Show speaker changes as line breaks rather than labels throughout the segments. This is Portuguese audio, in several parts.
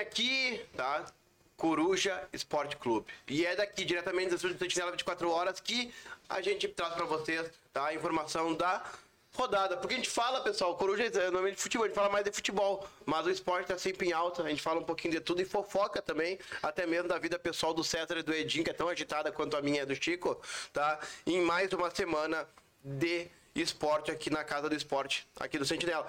aqui, tá? Coruja Esporte Clube. E é daqui, diretamente do estúdio Sentinela 24 horas, que a gente traz pra vocês tá? a informação da rodada. Porque a gente fala, pessoal, Coruja é nome de futebol, a gente fala mais de futebol, mas o esporte tá sempre em alta, a gente fala um pouquinho de tudo e fofoca também, até mesmo da vida pessoal do César e do Edinho, que é tão agitada quanto a minha e do Chico, tá? Em mais uma semana de esporte aqui na Casa do Esporte, aqui do Sentinela.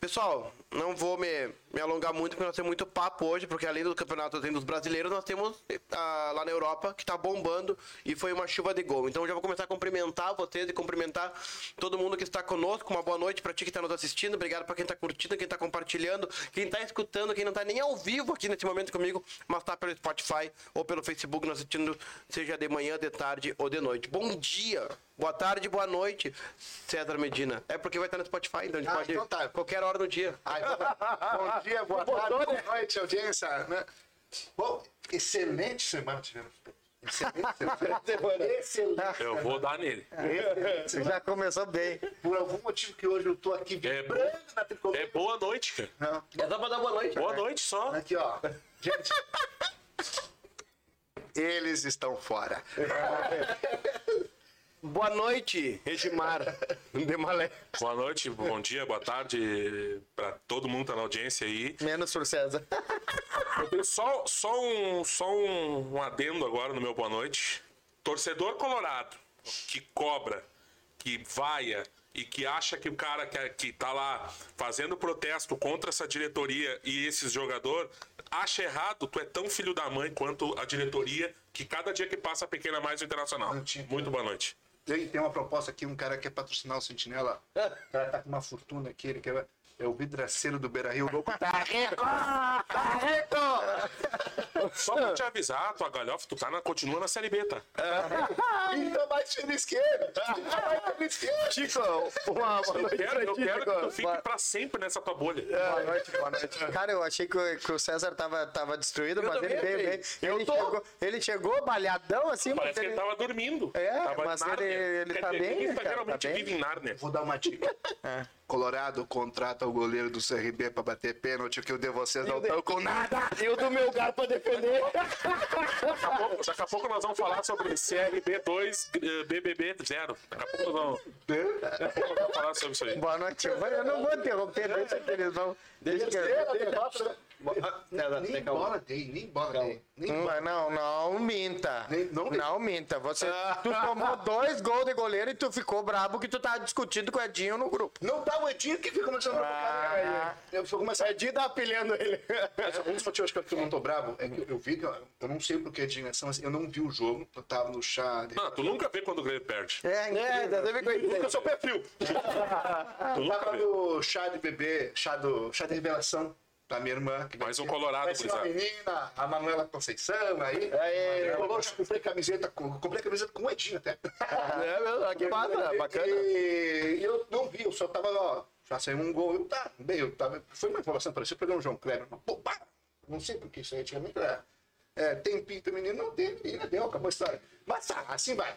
Pessoal, não vou me, me alongar muito, porque nós temos muito papo hoje, porque além do campeonato além dos brasileiros, nós temos ah, lá na Europa, que tá bombando, e foi uma chuva de gol. Então eu já vou começar a cumprimentar vocês e cumprimentar todo mundo que está conosco. Uma boa noite para ti que está nos assistindo, obrigado para quem tá curtindo, quem tá compartilhando, quem tá escutando, quem não tá nem ao vivo aqui nesse momento comigo, mas tá pelo Spotify ou pelo Facebook nos assistindo, seja de manhã, de tarde ou de noite. Bom dia, boa tarde, boa noite, César Medina. É porque vai estar no Spotify, então a gente
Ah,
pode
então tá.
qualquer hora do dia.
Ai, bom, bom dia, boa tarde, boa noite, audiência. né? Bom, excelente semana tivemos. Excelente semana. Excelente.
Eu vou dar nele.
excelente semana.
Já começou bem.
Por algum motivo que hoje eu tô aqui
É
vibrando na tricolor.
É boa noite, cara.
Não.
É só pra dar boa noite.
Boa noite só.
Aqui, ó. Gente. Eles estão fora.
Boa noite, Edmar. Demalé.
Boa noite, bom dia, boa tarde pra todo mundo que tá na audiência aí.
Menos por César.
Eu tenho só, só, um, só um, um adendo agora no meu boa noite. Torcedor colorado que cobra, que vaia e que acha que o cara que, que tá lá fazendo protesto contra essa diretoria e esses jogador acha errado, tu é tão filho da mãe quanto a diretoria que cada dia que passa pequena mais o Internacional.
Antiga.
Muito boa noite.
Tem, tem uma proposta aqui, um cara quer patrocinar o Sentinela. O cara tá com uma fortuna aqui, ele quer. É o vidraceiro do Beira Rio, louco. Tá
Só
Ah.
pra te avisar, tua galhofa, tu tá na, continua na Série B, tá?
ainda mais feliz que ele. Ainda mais feliz que ele.
Chico, uma boa
Eu
noite
quero,
pra
eu
ti,
quero que
Chico.
tu fique pra sempre nessa tua bolha.
Boa noite, boa noite. Cara, eu achei que, o- que o César tava, tava destruído, mas
também
ele veio
achei.
bem. Ele chegou, ele chegou balhadão assim, mas
Parece que
ele...
ele tava dormindo.
É,
tava em
mas ele-
Nárnia.
ele
Quer
tá
dizer,
bem,
Ele
cara, tá
realmente
bem.
vive em Nárnia.
Vou dar uma dica. Colorado contrata o goleiro do CRB pra bater pênalti, que o de vocês não estão com nada.
eu do meu lugar pra defender.
Daqui a, pouco, daqui a pouco nós vamos falar sobre CRB2, eh, BBB0. Daqui a pouco nós vamos, daqui a pouco nós vamos falar sobre isso aí.
Boa noite, eu vou- eu não vou interromper, deixa que eles vão. Deixa que
né?
César,
Nem
tem calma.
bola dei, nem bola dei. Nem
Não, não, não minta.
Nem- não
não,
minta.
minta. Você, tu tomou dois gols de goleiro e tu ficou brabo que tu tava discutindo com o Edinho no grupo.
Não tá o Edinho que fica começando a provocar. né? Eu vou começar a Edinho tá apelhando ele. Ah. Um dos motivos que eu não tô bravo é que eu vi, que eu, eu não sei porque Edinho é assim, mas eu não vi o jogo, eu tava no chá.
Não, tu nunca vê quando o Grêmio perde.
É,
É, dá sempre
Eu
coisa.
sou pé frio.
Ah,
tu
Eu
tá
nunca
tava
vê.
no chá de bebê, chá, do, chá de revelação da minha irmã. Que vai
Mais um
ser-
colorado,
vai ser uma
gurizada.
menina, a Manuela Conceição,
Aê,
aí. Manuela. eu hoje comprei camiseta, com, comprei camiseta com o Edinho até.
É, meu, aqui passa,
E-
bacana.
E eu não vi, eu só tava, ó, já saiu um gol, eu tá, bem, eu tava, foi uma informação parecida, pegando o João Kleber, uma boba, não sei porque isso aí antigamente era, é, tem pinto menino, não tem menina, deu, acabou a história. Mas tá, assim vai,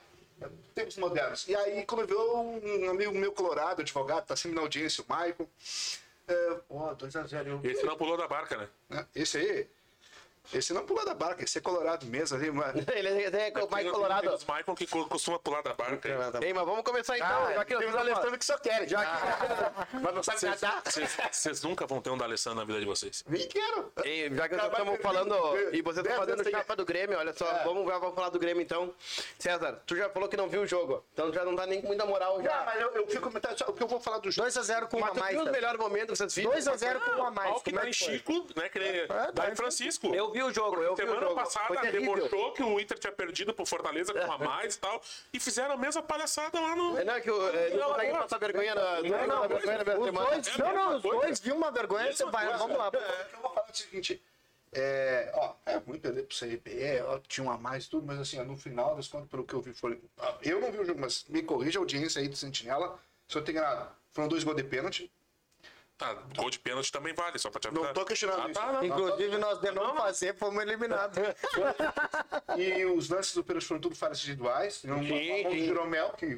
tempos modernos. E aí, quando eu vi um amigo meu colorado, advogado, tá sempre na audiência, o Maicon, é, ó, 2x0, eu...
Esse não pulou da barca, né?
né, esse aí, esse não pula da barca, esse é colorado mesmo ali, mas...
Ele é- ele é o mais colorado.
Tem os Michael que co- costuma pular da barca.
Ei, mas vamos começar então, já que nós
tem
estamos falando.
que só querem, já
Ah.
que... Mas não sabe
Vocês-
nadar.
vocês- Vocês nunca vão ter um D'Alessandro na vida de vocês.
Nem quero.
Ei, já que nós
Trabalho
estamos
perdido.
falando
Eu-
e você tá
dez
fazendo
vezes
chapa do Grêmio, olha só,
É.
vamos, vamos falar do Grêmio então. César, tu já falou que não viu o jogo, então já não tá nem com muita moral
Não,
já.
mas eu, eu fico metade. O que eu vou falar do jogo?
2x0 com
Mas
uma
tu viu
mais.
os melhores momentos que vocês viram?
2x0 com uma mais.
Pau que
Como é
dá em
que foi?
Chico, né? Que nem dá em Francisco.
É, Eu vi o jogo, eu vi o
Semana
jogo. Foi
passada
terrível.
debochou que o Inter tinha perdido pro Fortaleza com a mais e tal. E fizeram a mesma palhaçada lá no.
É, Não, é que o- é, não
Não,
consegue
não.
passar vergonha na, não,
Não,
não,
não,
na vergonha né, na primeira
os
semana.
dois, não, não, os dois viu uma vergonha, você vai, vamos lá.
O que eu vou falar é o seguinte. É, ó, é ruim perder pro CRB, ó, tinha um a mais e tudo, mas assim, ó, no final das contas, pelo que eu vi, foi. ah, Eu não vi o jogo, mas me corrija a audiência aí do Sentinela. Se eu tenho errado, foram dois gols de pênalti.
Tá, gol de pênalti também vale, só pra te avisar.
Não tô questionando
Ah,
isso.
tá, não.
Inclusive, nós de não fazer, fomos eliminados.
E os lances do pênalti foram tudo falhas individuais. Não, a mão do Jeromel, que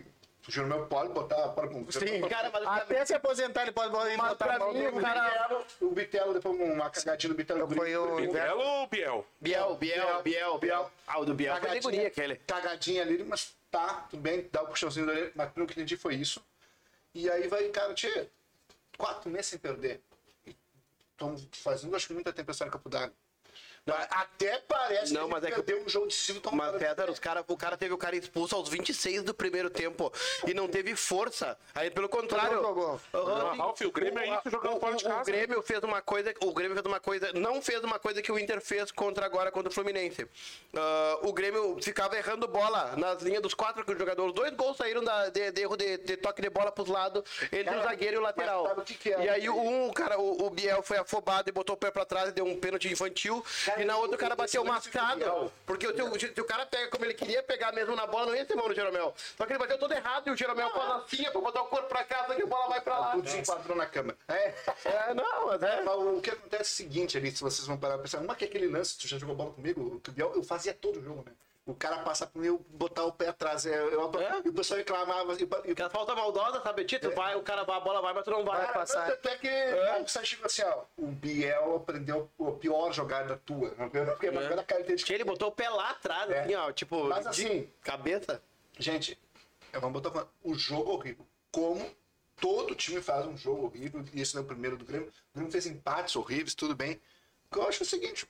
O Jeromel pode botar para com
Sim,
Cara, mas o cara-
até se aposentar ele pode botar
Mas
botar a
pra
mão
mim,
no
o
cara.
Bitelo, o Bitelo, depois uma cagadinha do Bitelo.
Foi
Grito,
o-
ele-
Belo ou Biel?
Biel, Biel, Biel, Biel. Ah, o do Biel.
é
Categoria aquele.
cagadinha ali, mas tá, tudo bem, dá o puxãozinho da orelha, mas pelo que eu entendi foi isso. E aí vai, cara, tinha quatro meses sem perder. Estamos fazendo, acho que muita tempestade em Campo d'Água. Até parece
Não,
que a
mas é
gente
que-
perdeu um jogo decisivo tão
Mas, é César, os cara, o cara teve o cara expulso aos 26 do primeiro tempo e não teve força. Aí, pelo contrário.
Não jogou.
Ah, assim,
Ralf, o Grêmio é isso jogando fora de
o
casa.
Grêmio fez uma coisa, o Grêmio fez uma coisa, não fez uma coisa que o Inter fez contra agora contra o Fluminense. Ah, o Grêmio ficava errando bola nas linhas dos quatro jogadores. Dois gols saíram da, de, de erro de, de toque de bola pros lados entre
Cara,
o zagueiro e o lateral.
mas sabe o que que é?
e aí um o cara, o, o Biel foi afobado e botou o pé pra trás e deu um pênalti infantil.
Cara,
e na outra o cara
esse é
bateu
lance do
mascado.
Biel.
Porque o, teu- se o cara pega como ele queria pegar mesmo na bola, não ia ter mão no Jeromel. Só que ele bateu todo errado e o Jeromel com a lacinha pra botar o corpo pra casa e a bola vai pra lá.
Tudo se enquadrou na cama. É.
É, não, mas é.
Mas o que acontece é o seguinte ali, se vocês vão parar pra pensar, uma que é aquele lance, tu já jogou bola comigo, que o Biel, eu fazia todo jogo, né? O cara passar por mim, eu botar o pé atrás, é, eu,
É?
e o pessoal reclamava, e, e,
Aquela falta maldosa, sabe, Tito? Vai, o cara vai, a bola vai, mas tu não É. vai.
Vai
Cara,
passar.
Tanto é que o Sanches chegou assim, ó, o Biel aprendeu a pior jogada tua, não é? porque é uma jogada
Que
característica.
ele botou o pé lá atrás,
É.
assim, ó, tipo,
Mas
de
assim-
cabeça.
Gente, eu vou botar uma- o jogo horrível. Como todo time faz um jogo horrível, e esse não é o primeiro do Grêmio. O Grêmio fez empates horríveis, tudo bem. O que eu acho é o seguinte,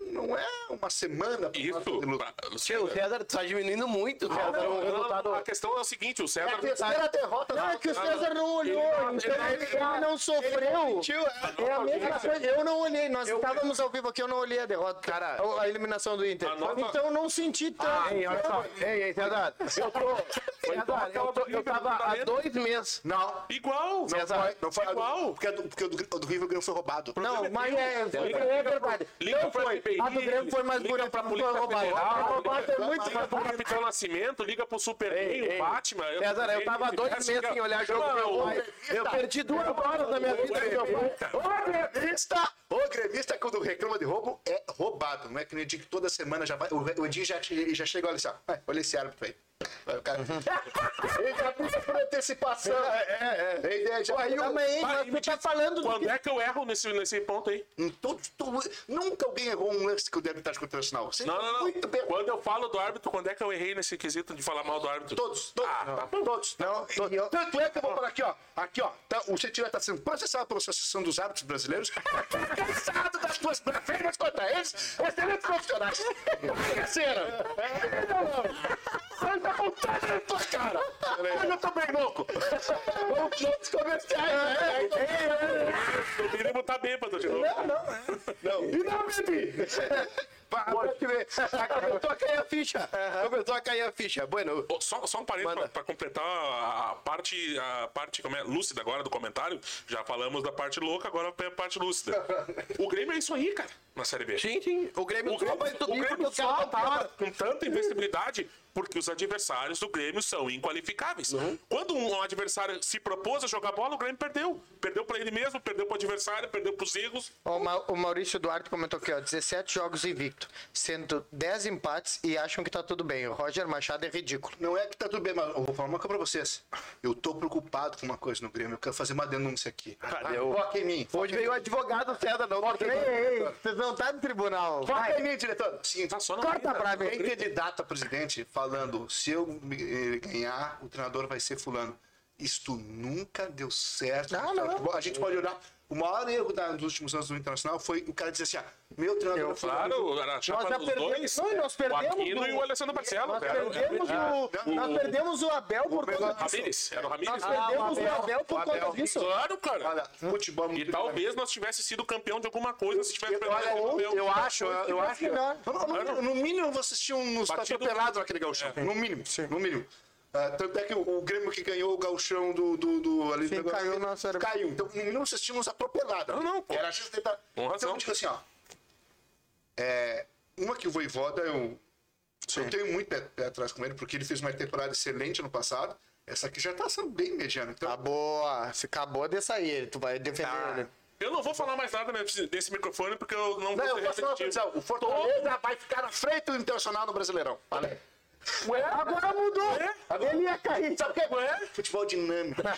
não, não é uma semana pra
Isso.
fazer luta.
pra-
Tio, o César tá diminuindo muito, César.
Não,
o
não,
resultado...
A questão é o seguinte, o César...
terceira derrota não, é que o César não olhou,
Ele-
então ele,
ele-
ele não sofreu.
Tio, é.
É a mesma coisa, eu não olhei, nós estávamos ao vivo aqui, eu não olhei a derrota, cara, a eliminação do Inter.
A nota-
Então eu não senti tanto.
Ei, olha só. Ei, ei, César. Eu tô... César, eu, tô- eu tava há dois meses...
Não,
Igual!
César,
não foi
Igual.
Porque, a do- porque o do, o do River o Grêmio foi roubado.
Não, mas é, foi,
Liga-
é verdade.
liga
não
pra
foi.
CPI,
A do Grêmio foi mais
liga
bonita
pra
pra
Polícia
roubar.
Federal,
Roubar é muito
Liga
mais
pro Capitão Nascimento, liga pro Super
Ei,
Ei,
ei.
o Batman...
César, eu tava há dois
Assim,
meses
ó,
sem olhar jogo
não,
do meu
o-
pai. Eu
tá?
perdi duas horas da minha vida. com meu pai.
né?
O gremista, o gremista quando reclama de roubo é roubado. Não é que nem o Edinho que toda semana já vai. O o Edinho já, já chega e olha assim, ó, "Ah, olha esse árbitro aí. Aí o cara-
Uhum.
Ele já puxa por antecipação. É, é, é. Ele já-
Aí o meio,
Vai,
mas
me
tu tá falando do
Quando
que
é que eu erro nesse, nesse ponto aí?
Em todos, todo- nunca alguém errou um lance que o deve estar contra o sinal. Sempre
Não, não,
Muito bem.
não. Quando eu falo do árbitro, quando é que eu errei nesse quesito de falar mal do árbitro?
Todos, todos,
Ah, tá bom.
todos.
Não,
to-
e eu-
Tanto é que eu vou falar aqui, ó. Aqui, ó. Tá, o Sentinela tá sendo processado pela Associação dos Hábitos Brasileiros. cansado das suas blasfêmias contra eles. Excelentes profissionais. Terceira. Sai da vontade na tua cara. Eu não tô bem louco. Vamos todos comerciais. né?
No mínimo tá bêbado de novo.
Não. E não, bebi.
Pode ver. Começou a cair a ficha. Começou a cair a ficha. Bueno,
Ô, Só, só um parênteses
Manda.
pra, pra completar a a parte, a parte como é, lúcida agora do comentário. Já falamos da parte louca, agora vem a parte lúcida. O Grêmio é isso aí, cara, na Série B.
Sim, sim. O Grêmio
O Grêmio, o Grêmio só tava com tanta invencibilidade porque os adversários do Grêmio são inqualificáveis. Quando um adversário se propôs a jogar bola, o Grêmio perdeu. Perdeu pra ele mesmo, perdeu pro adversário, perdeu pros erros.
Ó, O, Ma- o Maurício Duarte comentou aqui, ó, 17 jogos invicto, sendo 10 empates e acham que tá tudo bem. O Roger Machado é ridículo.
Não é que tá tudo bem, mas eu vou falar uma coisa pra vocês. Eu tô preocupado com uma coisa no Grêmio. Eu quero fazer uma denúncia aqui.
Cadê o-
Foca em mim.
Hoje veio o advogado César, não. não tem-
vocês não tá no tribunal.
Foca em mim, diretor. Seguinte,
Tá só na
Corta
vida.
pra
Tem
mim.
candidato a presidente falando: se eu me- eh, ganhar, o treinador vai ser fulano. Isto nunca deu certo.
Ah,
Não, não.
Futebol- A gente pode olhar. O maior erro da- dos últimos anos do Internacional foi o cara dizer assim: ah, meu treinador é fulano.
Claro, era a chapa
Nós já
dos
perdemos-
dois.
não, e nós perdemos
o Aquino
do-
e o Alessandro Marcelo.
Nós
cara.
perdemos,
Era-
o,
o-
nós perdemos o Abel por
melhor-
conta disso.
Ramírez, era o Ramírez.
Nós
né?
perdemos
o
o
Abel.
Abel por
O
conta
Abel.
disso.
Claro, cara.
Olha, futebol é muito
E tá né? talvez nós tivéssemos sido campeão de alguma coisa se tivesse
Eu,
perdido
olha,
o
eu,
campeão.
eu acho, eu, eu acho.
melhor.
No, no- no mínimo, eu vou assistir um nos
Batido.
atropelado naquele gauchão.
É.
No mínimo, no mínimo. Ah, tanto é que o, o Grêmio que ganhou o gauchão do... do, do ali
Sim,
do-
caiu na Série B.
Caiu. Então, no mínimo, assistimos uns atropelados.
Não, não, pô.
Era a chance de tentar...
Com
Então,
razão.
eu digo assim, ó. É, uma que o Voivoda, eu...
É.
Eu tenho muito pé, pé atrás com ele, porque ele fez uma temporada excelente ano passado. Essa aqui já tá sendo bem mediana. Então,
Tá boa, se acabou de sair, tu vai defender
Tá.
ele.
Eu não vou falar mais nada nesse- desse microfone porque eu não
Não,
vou
eu
ser
posso falar pra
repetitivo.
vocês, ó, o Fortaleza vai ficar na frente do Internacional no Brasileirão. Olha aí. Ué,
Agora mudou!
Agora-
Ele ia cair.
sabe o que é? Futebol dinâmico.
Não,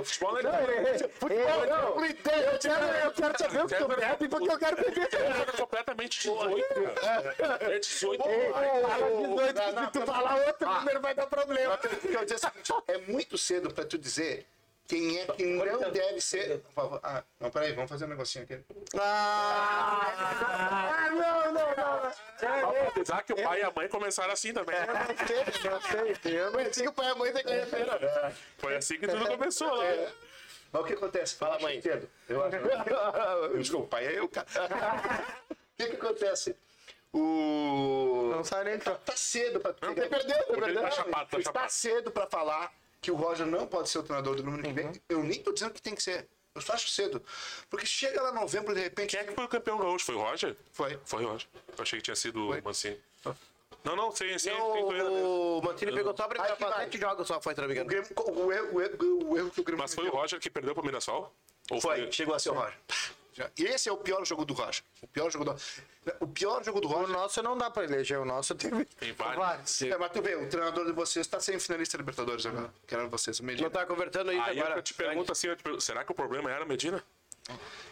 o futebol não
Não,
é.
ele- ele-
Futebol, não.
eu quero- eu quero- eu quero saber o que tu bebe, porque eu quero beber.
Era completamente 18, cara. É 18
Ei,
vai.
fala
ô, ô, ô,
18, que
não,
se tu
não, Ah,
falar outro número vai dar
Eu
problema.
acredito que eu ia dizer o seguinte, é muito cedo pra tu dizer quem é que não deve ser. Por favor. Ah, não, peraí, vamos fazer um negocinho aqui.
Ah, não, não, não.
Apesar que o pai e a mãe começaram assim também.
Não sei, eu não
Conheci o pai e a mãe da quinta-feira.
Foi assim que tudo começou lá.
É. Mas o que acontece? Fala, mãe. Cedo. Eu acho. Eu, desculpa, o pai é eu, cara. O que, que acontece? O.
Não sai nem
Tá, tá cedo pra. Não,
tem-
perdeu, tá
o Rodrigo
perdendo.
tá chapado, tá
Está
chapado.
cedo pra falar que o Roger não pode ser o treinador do número que vem. Eu nem tô dizendo que tem que ser. Eu só acho cedo. Porque chega lá novembro, de repente.
Quem é que foi o campeão gaúcho? Foi o Roger?
Foi.
Foi o Roger. Eu achei que tinha sido o Mancini. Não, não, sim, sim, tem com ele mesmo.
O, o Mancini pegou só pra
Aí que
pra
vai.
sete jogos só, foi, se não me
O,
engano.
Grêmio, o, erro, o erro- o erro que o Grêmio.
Mas foi o
cometeu.
Roger que perdeu pro Mirassol? Ou
Foi, chegou a ser o Roger. Já- Esse é o pior jogo do Roger. O pior jogo do O pior jogo do
O
Roger.
nosso não dá pra eleger, o nosso teve.
Tem vários.
É, mas tu vê, o treinador de vocês tá sem finalista Libertadores agora. Que era vocês, o Medina.
Eu tava conversando isso
Aí
agora.
eu te pergunto assim, eu te pergunto, será que o problema era o Medina?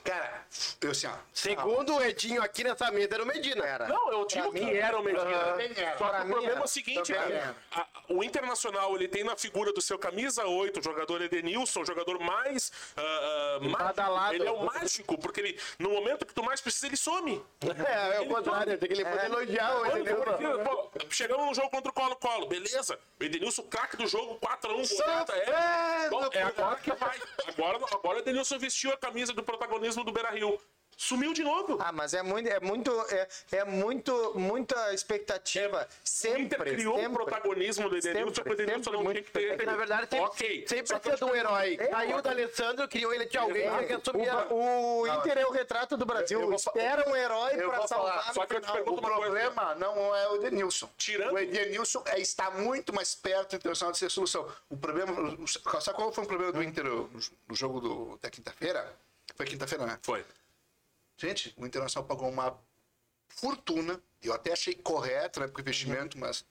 Cara, eu assim, ó.
Segundo o Edinho aqui nessa mesa era o Medina. Era.
Não, eu digo que era o Medina. Só que
Pra
o
mim
problema é
era.
o seguinte,
Também
cara, a- o Internacional ele tem na figura do seu camisa 8, o jogador Edenilson, o jogador mais ah, ah, mágico.
tá Badalado.
Ele é o mágico, porque ele, no momento que tu mais precisa, ele some.
É, é o contrário, tem que ele pode elogiar
Tá
o
Olha,
Edinho. né?
porque, pô, chegamos no jogo contra o Colo-Colo, beleza. O Edenilson, craque do jogo, 4x1, goleada, é. Bom, é agora que vai. Agora, agora o Edenilson vestiu a camisa do protagonismo do Beira Rio. Sumiu de novo.
Ah, mas é muito, é muito, é, é muito, muita expectativa.
O Inter
Sempre,
um
criou o
sempre.
protagonismo do Edenilson,
Sempre,
que o Edenilson
sempre
não tinha
muito É
que ter.
É Na verdade, sempre,
Ok.
sempre
Só que eu
precisa de um herói. Caiu
concordo.
do Alessandro, criou ele de alguém que
Exato.
assumia.
O, o Inter é o retrato do Brasil.
Eu vou fa-
Espera um herói
eu
pra
vou
salvar.
falar,
Só que eu te pergunto
O
uma coisa.
problema não é o Edenilson.
Tirando-
O Edenilson é, está muito mais perto do Internacional de ser solução. O problema. o- o- Sabe qual foi o problema do Inter no no jogo do- da quinta-feira? Foi quinta-feira, né?
Foi.
Gente, o Internacional pagou uma fortuna. Eu até achei correto, né? Porque investimento,
Uhum.
mas.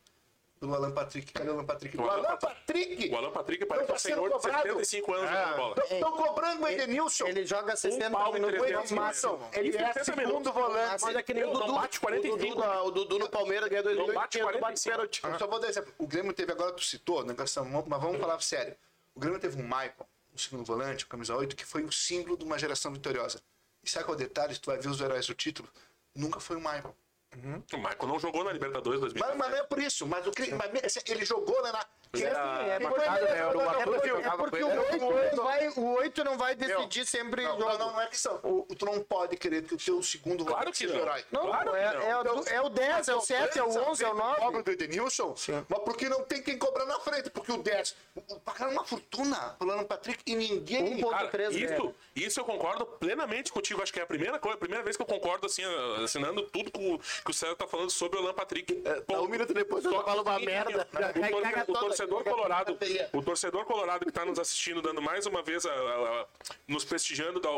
Do Alan Patrick. Cadê o Alan Patrick? O
Alan
Alan Patrick!
O Alan Patrick
Não
parece
tá
um
sendo
senhor de
cobrado.
75 anos
Ah.
jogando bola.
Estão cobrando o Edenilson!
Ele joga 60
pau em
minutos
300
no máximo.
minutos. Em
Ele é
60
segundo
minutos.
volante.
Mas é que nem o
Não
Dudu.
bate 45.
O Dudu, na- o Dudu no Palmeiras ganhou 2
Não Ah.
milhões
bate
e 500,
45.
pênalti.
Eu só vou dar exemplo. O Grêmio teve, agora tu citou, né, Garção, vamos- mas vamos falar sério. O Grêmio teve um Michael, um segundo volante, um camisa 8, que foi o símbolo de uma geração vitoriosa. E sabe qual é o detalhe? Se tu vai ver os heróis do título, nunca foi o Michael.
O Michael não jogou na Libertadores 2000.
Mas, mas não é por isso, mas o Cri- mas assim, ele jogou né, na.
Era-
Ele-
é
ele
marcado,
foi-
né, era
uma-
ele foi-
porque o-
É porque o
Era um
8
oito.
não vai, o oito não vai decidir
Não,
sempre
Não,
o jogo.
não, não, não é questão. O, tu não pode querer que o teu segundo
Claro
volante
que
seja
não.
herói.
Não,
Claro que
é,
não. Então,
é o do- é o 10, é o 7, é o 11, é o 9.
Cobra do Edenilson, mas porque não tem quem cobrar na frente, porque o 10 o- o- pagaram uma fortuna pro Alan Patrick e ninguém.
Um
Cara,
3
isso, isso eu concordo plenamente contigo. Acho que é a primeira coisa, a primeira vez que eu concordo, assim, assinando tudo que o, que o Célio tá falando sobre o Alan Patrick. É, Pô,
Um minuto depois eu
só
falo uma
que-
merda.
O, torce-
Caga
o
toda,
torcedor
caga
colorado,
toda feia.
o torcedor colorado que tá nos assistindo, dando mais uma vez a- a- a- nos prestigiando da,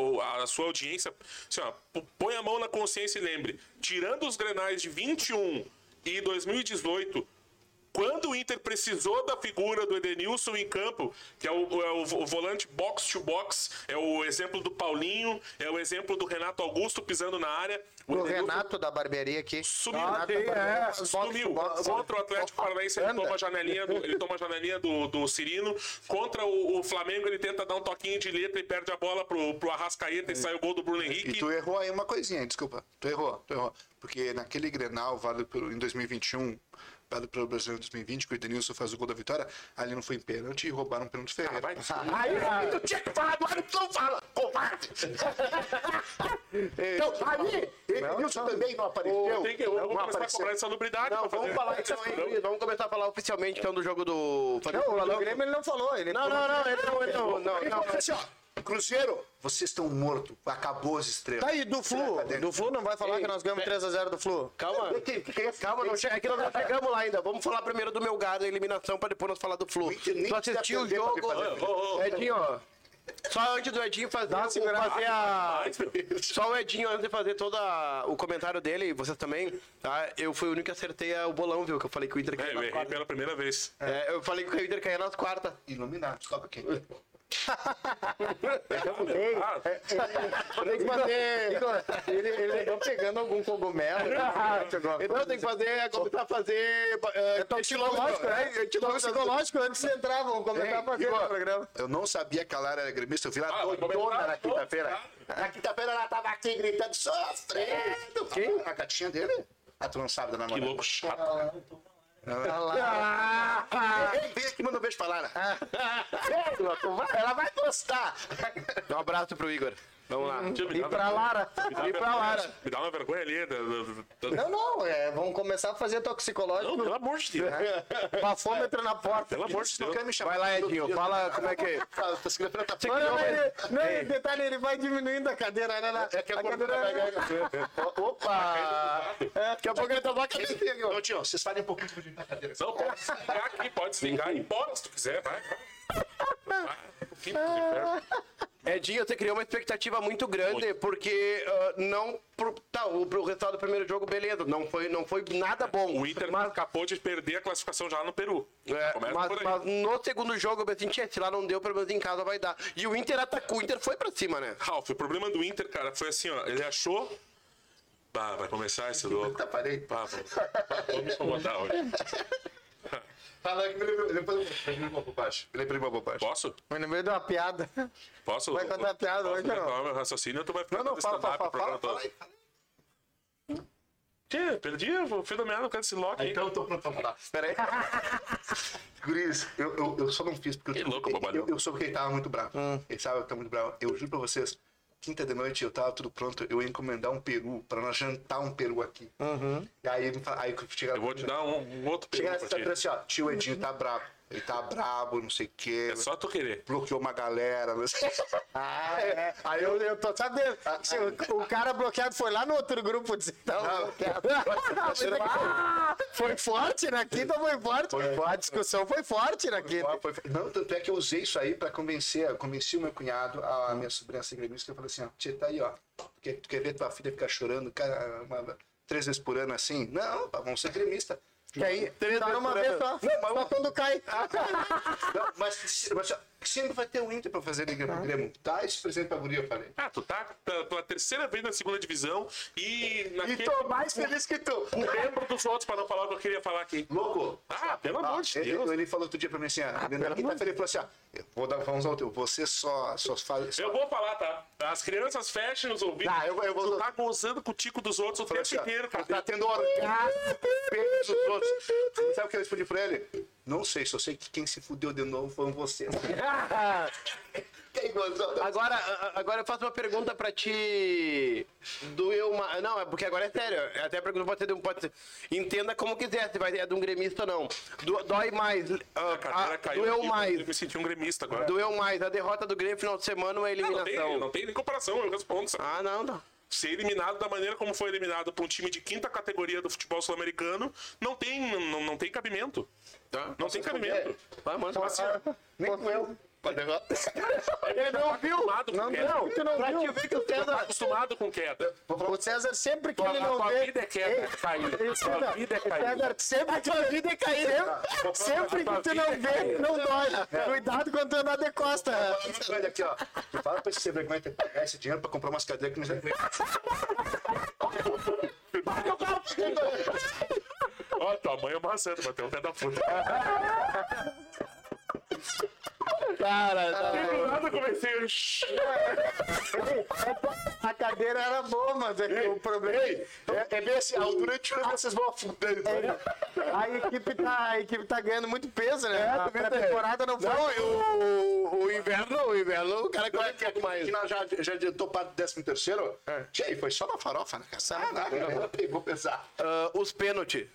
a sua audiência, assim, ó, p- põe a mão na consciência e lembre, tirando os Grenais de 21 e 2018, quando o Inter precisou da figura do Edenilson em campo, que é o, é o vo- o volante box to box, é o exemplo do Paulinho, é o exemplo do Renato Augusto pisando na área, o
O
Edenilson
Renato da barbearia aqui.
Sumiu.
Renato da
Sim,
barbearia,
é.
boxe,
Sumiu.
boxe.
Contra o Atlético Paranaense, ele
Anda.
toma a janelinha do, ele toma a janelinha do, do Cirino. Contra o, o Flamengo, ele tenta dar um toquinho de letra e perde a bola pro, pro Arrascaeta e sai o gol do Bruno
E
Henrique.
tu errou aí uma coisinha, desculpa. Tu errou, tu errou. Porque naquele Grenal, válido pelo, em 2021, válido pelo Brasileiro em 2020, que o Edenilson faz o gol da vitória, ali não foi em pênalti e roubaram o pênalti Ferreira.
Ah,
Vai,
Aí, aí tu tinha que falar do árbitro, não fala, covarde! então, aí, Edenilson
tá.
também não apareceu.
tem que, eu
não
vou começar a
apareceu.
cobrar insalubridade.
Não,
pra
vamos
fazer-
falar então, hein, Luiz? Vamos começar a falar oficialmente então do jogo do.
Não, o do
Não,
Grêmio ele não falou. Ele
não, não, não, ele não, ele não, não,
Ele
não.
falou assim, ó, Cruzeiro, vocês estão mortos, acabou as estrelas.
Tá aí, do Flu. Do Flu não vai falar que nós ganhamos 3x0 do Flu.
Calma, calma, não che- é que nós não chegamos lá ainda. Vamos falar primeiro do Melgar, da eliminação, pra depois nós falar do Flu.
O Inter nem
Tu assistiu o
precisa perder pra
jogo?
fazer.
Ô, ô, ô,
Edinho, ó. Só antes do Edinho fazer,
uma segurada.
fazer a.
Mas, meu,
Só o Edinho, antes de fazer todo o comentário dele, e vocês também, tá? Eu fui o único que acertei o bolão, viu? Que eu falei que o Inter
É,
caiu
eu
nas
errei
quartas.
pela primeira vez.
É, eu falei que o Inter caiu nas quartas.
Iluminado, é? toca aqui.
Ah,
Tem que fazer. Ele, ele andou pegando algum cogumelo. Ah,
Então tem que fazer, começar a fazer. É,
Toxicológico, né? Toxicológico antes de entrar, vamos começar a fazer o programa.
Eu não sabia que a Lara era gremista, eu vi ela
Ah,
doidona
comentário,
na quinta-feira. Na quinta-feira ela tava aqui gritando, sofrendo. Quem? A gatinha dele? A tu não sabe da
que
namorada.
louco chato.
Tá lá.
Ei, vem aqui, manda um beijo pra Lara.
Ah,
Ela vai gostar.
Um abraço pro Igor. Vamos lá.
E pra Lara. E pra Lara.
Me dá uma vergonha ali. da- da- da-
Não, não, é, vamos começar a fazer toxicológico.
Não, pelo amor de Deus. né? É.
Bafômetro na porta.
Pelo amor de
Não
Deus.
quer me chamar.
Vai lá,
todo
Edinho,
dia,
fala
tá?
como é que.
Tá, tá segurando a
Não, não,
tua-
ele- não, ele- detalhe, ele vai diminuindo a cadeira. Olha lá.
É que
a
agora
cadeira
vai ganhar.
Opa! É, Daqui a pouco ele tomou a cadeira.
Ô, tio, vocês falem um pouquinho de na cadeira.
Não, pode desligar aqui, pode desligar e ir embora se tu quiser, vai. Vai. Que
Ah.
inferno.
Edinho, você criou uma expectativa muito grande, porque ah, não. Pro, tá, o pro resultado do primeiro jogo, beleza. Não foi, não foi nada bom.
O Inter acabou de perder a classificação já no Peru.
É,
Começa
mas,
por aí.
mas no segundo jogo eu pensei, "Tchê, se lá não deu, pelo menos em casa vai dar. E o Inter atacou, o Inter foi pra cima, né?
Ralf, o problema do Inter, cara, foi assim, ó. Ele achou. Bah, vai começar esse louco.
Tá, parei.
Bah, vou, vou me incomodar hoje.
Fala aí, depois eu lembrei de uma bobagem. Eu lembrei de uma bobagem.
Posso?
Mas no meio de uma piada.
Posso?
Vai contar piada
Posso
hoje ou não?
acabar meu raciocínio, tu vai ficar
Não, não,
dando
fala,
stand-up
fala,
o programa
fala, fala
todo. Tchê, perdi, eu fui dominado por causa desse Loki. aí.
Então eu tô pronto pra falar. Pera aí. Guris, eu, eu, eu só não fiz porque
Que
eu,
louco,
eu,
bobalhão.
eu, eu soube que ele tava muito bravo. Ele sabe que eu tava muito bravo. Eu juro pra vocês, quinta de noite eu tava tudo pronto, eu ia encomendar um peru pra nós jantar um peru aqui. E aí, ele me fala- aí chegaram.
eu vou te dar um, um outro
Chegaram
perigo
essa
pra
tá assim,
ti.
ó, tio Edinho
Uhum.
tá brabo. Ele tá brabo, não sei o quê.
É só tu querer.
Bloqueou uma galera, não sei.
Ah, é. Aí eu, eu tô sabendo. Se o, o cara bloqueado foi lá no outro grupo dizer, Ah, não, é bloqueado. Ah, foi forte na quinta, foi forte. A discussão foi forte na quinta.
Foi- foi- Não, tanto é que eu usei isso aí pra convencer, eu convenci o meu cunhado,
Uhum.
a minha sobrinha ser gremista, que eu falei assim, ó, tia, tá aí, ó, tu quer, tu quer ver tua filha ficar chorando cara, uma- três vezes por ano assim? Não, pá, vamos ser gremista.
E aí, só numa vez só. Só quando cai.
Não, mas, mas ó, sempre vai ter o Inter pra fazer Tá, Liga pro Grêmio. Dá esse presente pra guria, eu falei.
Ah, tu tá pela, pela terceira vez na segunda divisão e naquele...
mais feliz que tu.
Lembro dos outros pra não falar o que eu queria falar aqui.
Louco!
Ah, pelo
Ah,
amor de
ele,
Deus. Ah,
ele falou outro dia pra mim assim, ó, na quinta-feira ele falou assim, ó, eu vou dar, vamos ao teu, você só, só faz... Só...
Eu vou falar, tá? As crianças fechem os ouvidos.
Ah, eu, vou- eu
Tu
vou...
tá gozando com o tico dos outros o
Falou
tempo
assim, ó,
inteiro, cara.
Tá tendo orgasmo pelos outros. Sabe o que eu respondi pra ele? Não sei, só sei que quem se fudeu de novo foram vocês. Quem gozou?
Agora, a- a- agora eu faço uma pergunta pra ti. Doeu uma. Não, é porque agora é sério. é Até a pergunta pode ser de um. Pode ser- Entenda como quiser, se vai é de um gremista ou não. Do- Dói mais. ah,
A cadeira
ah,
caiu.
doeu
aqui, Eu
mais.
me senti um gremista agora.
Doeu mais. A derrota do Grêmio final de semana ou a
Não, não, tem,
eliminação?
não tem nem comparação, eu respondo. sabe?
Ah, não, não.
Ser eliminado da maneira como foi eliminado pra um time de quinta categoria do futebol sul-americano não tem, não, não tem cabimento. tá? Não tem cabimento.
Vai, manda pra
Nem com eu. Pode levar.
Ele não viu. Acostumado com queda.
Não, tu não
Pra te
viu.
ver que o
Tá
César.
acostumado com queda.
O César sempre que ele
A
não
tua
vê.
vida é queda,
Ei,
cair.
Isso,
Tua
não.
vida é
O
cair.
César, sempre que a vida é cair. Sempre, sempre que tu não vê, não dói. Cuidado quando tu andar de costa.
Olha aqui, ó. Tu fala pra esse sem vergonha ter que pagar esse dinheiro pra comprar umas cadeiras que não servem.
Ó, tua mãe é uma santa, bateu o pé da puta.
Cara,
Do nada eu comecei. eu-
a cadeira era boa, mas é que o problema é,
É, é bem assim, a altura de tiro vocês vão
É.
afundando.
a equipe tá, a equipe tá ganhando muito peso, né? a temporada não foi.
O, o inverno, o inverno, o cara
é
corre
Aqui, aqui,
mais.
aqui nós já, já adiantou para o 13 terceiro. Tia, aí foi só na farofa, né? Só na
É.
farofa. Pegou pesado.
Ah, os pênaltis.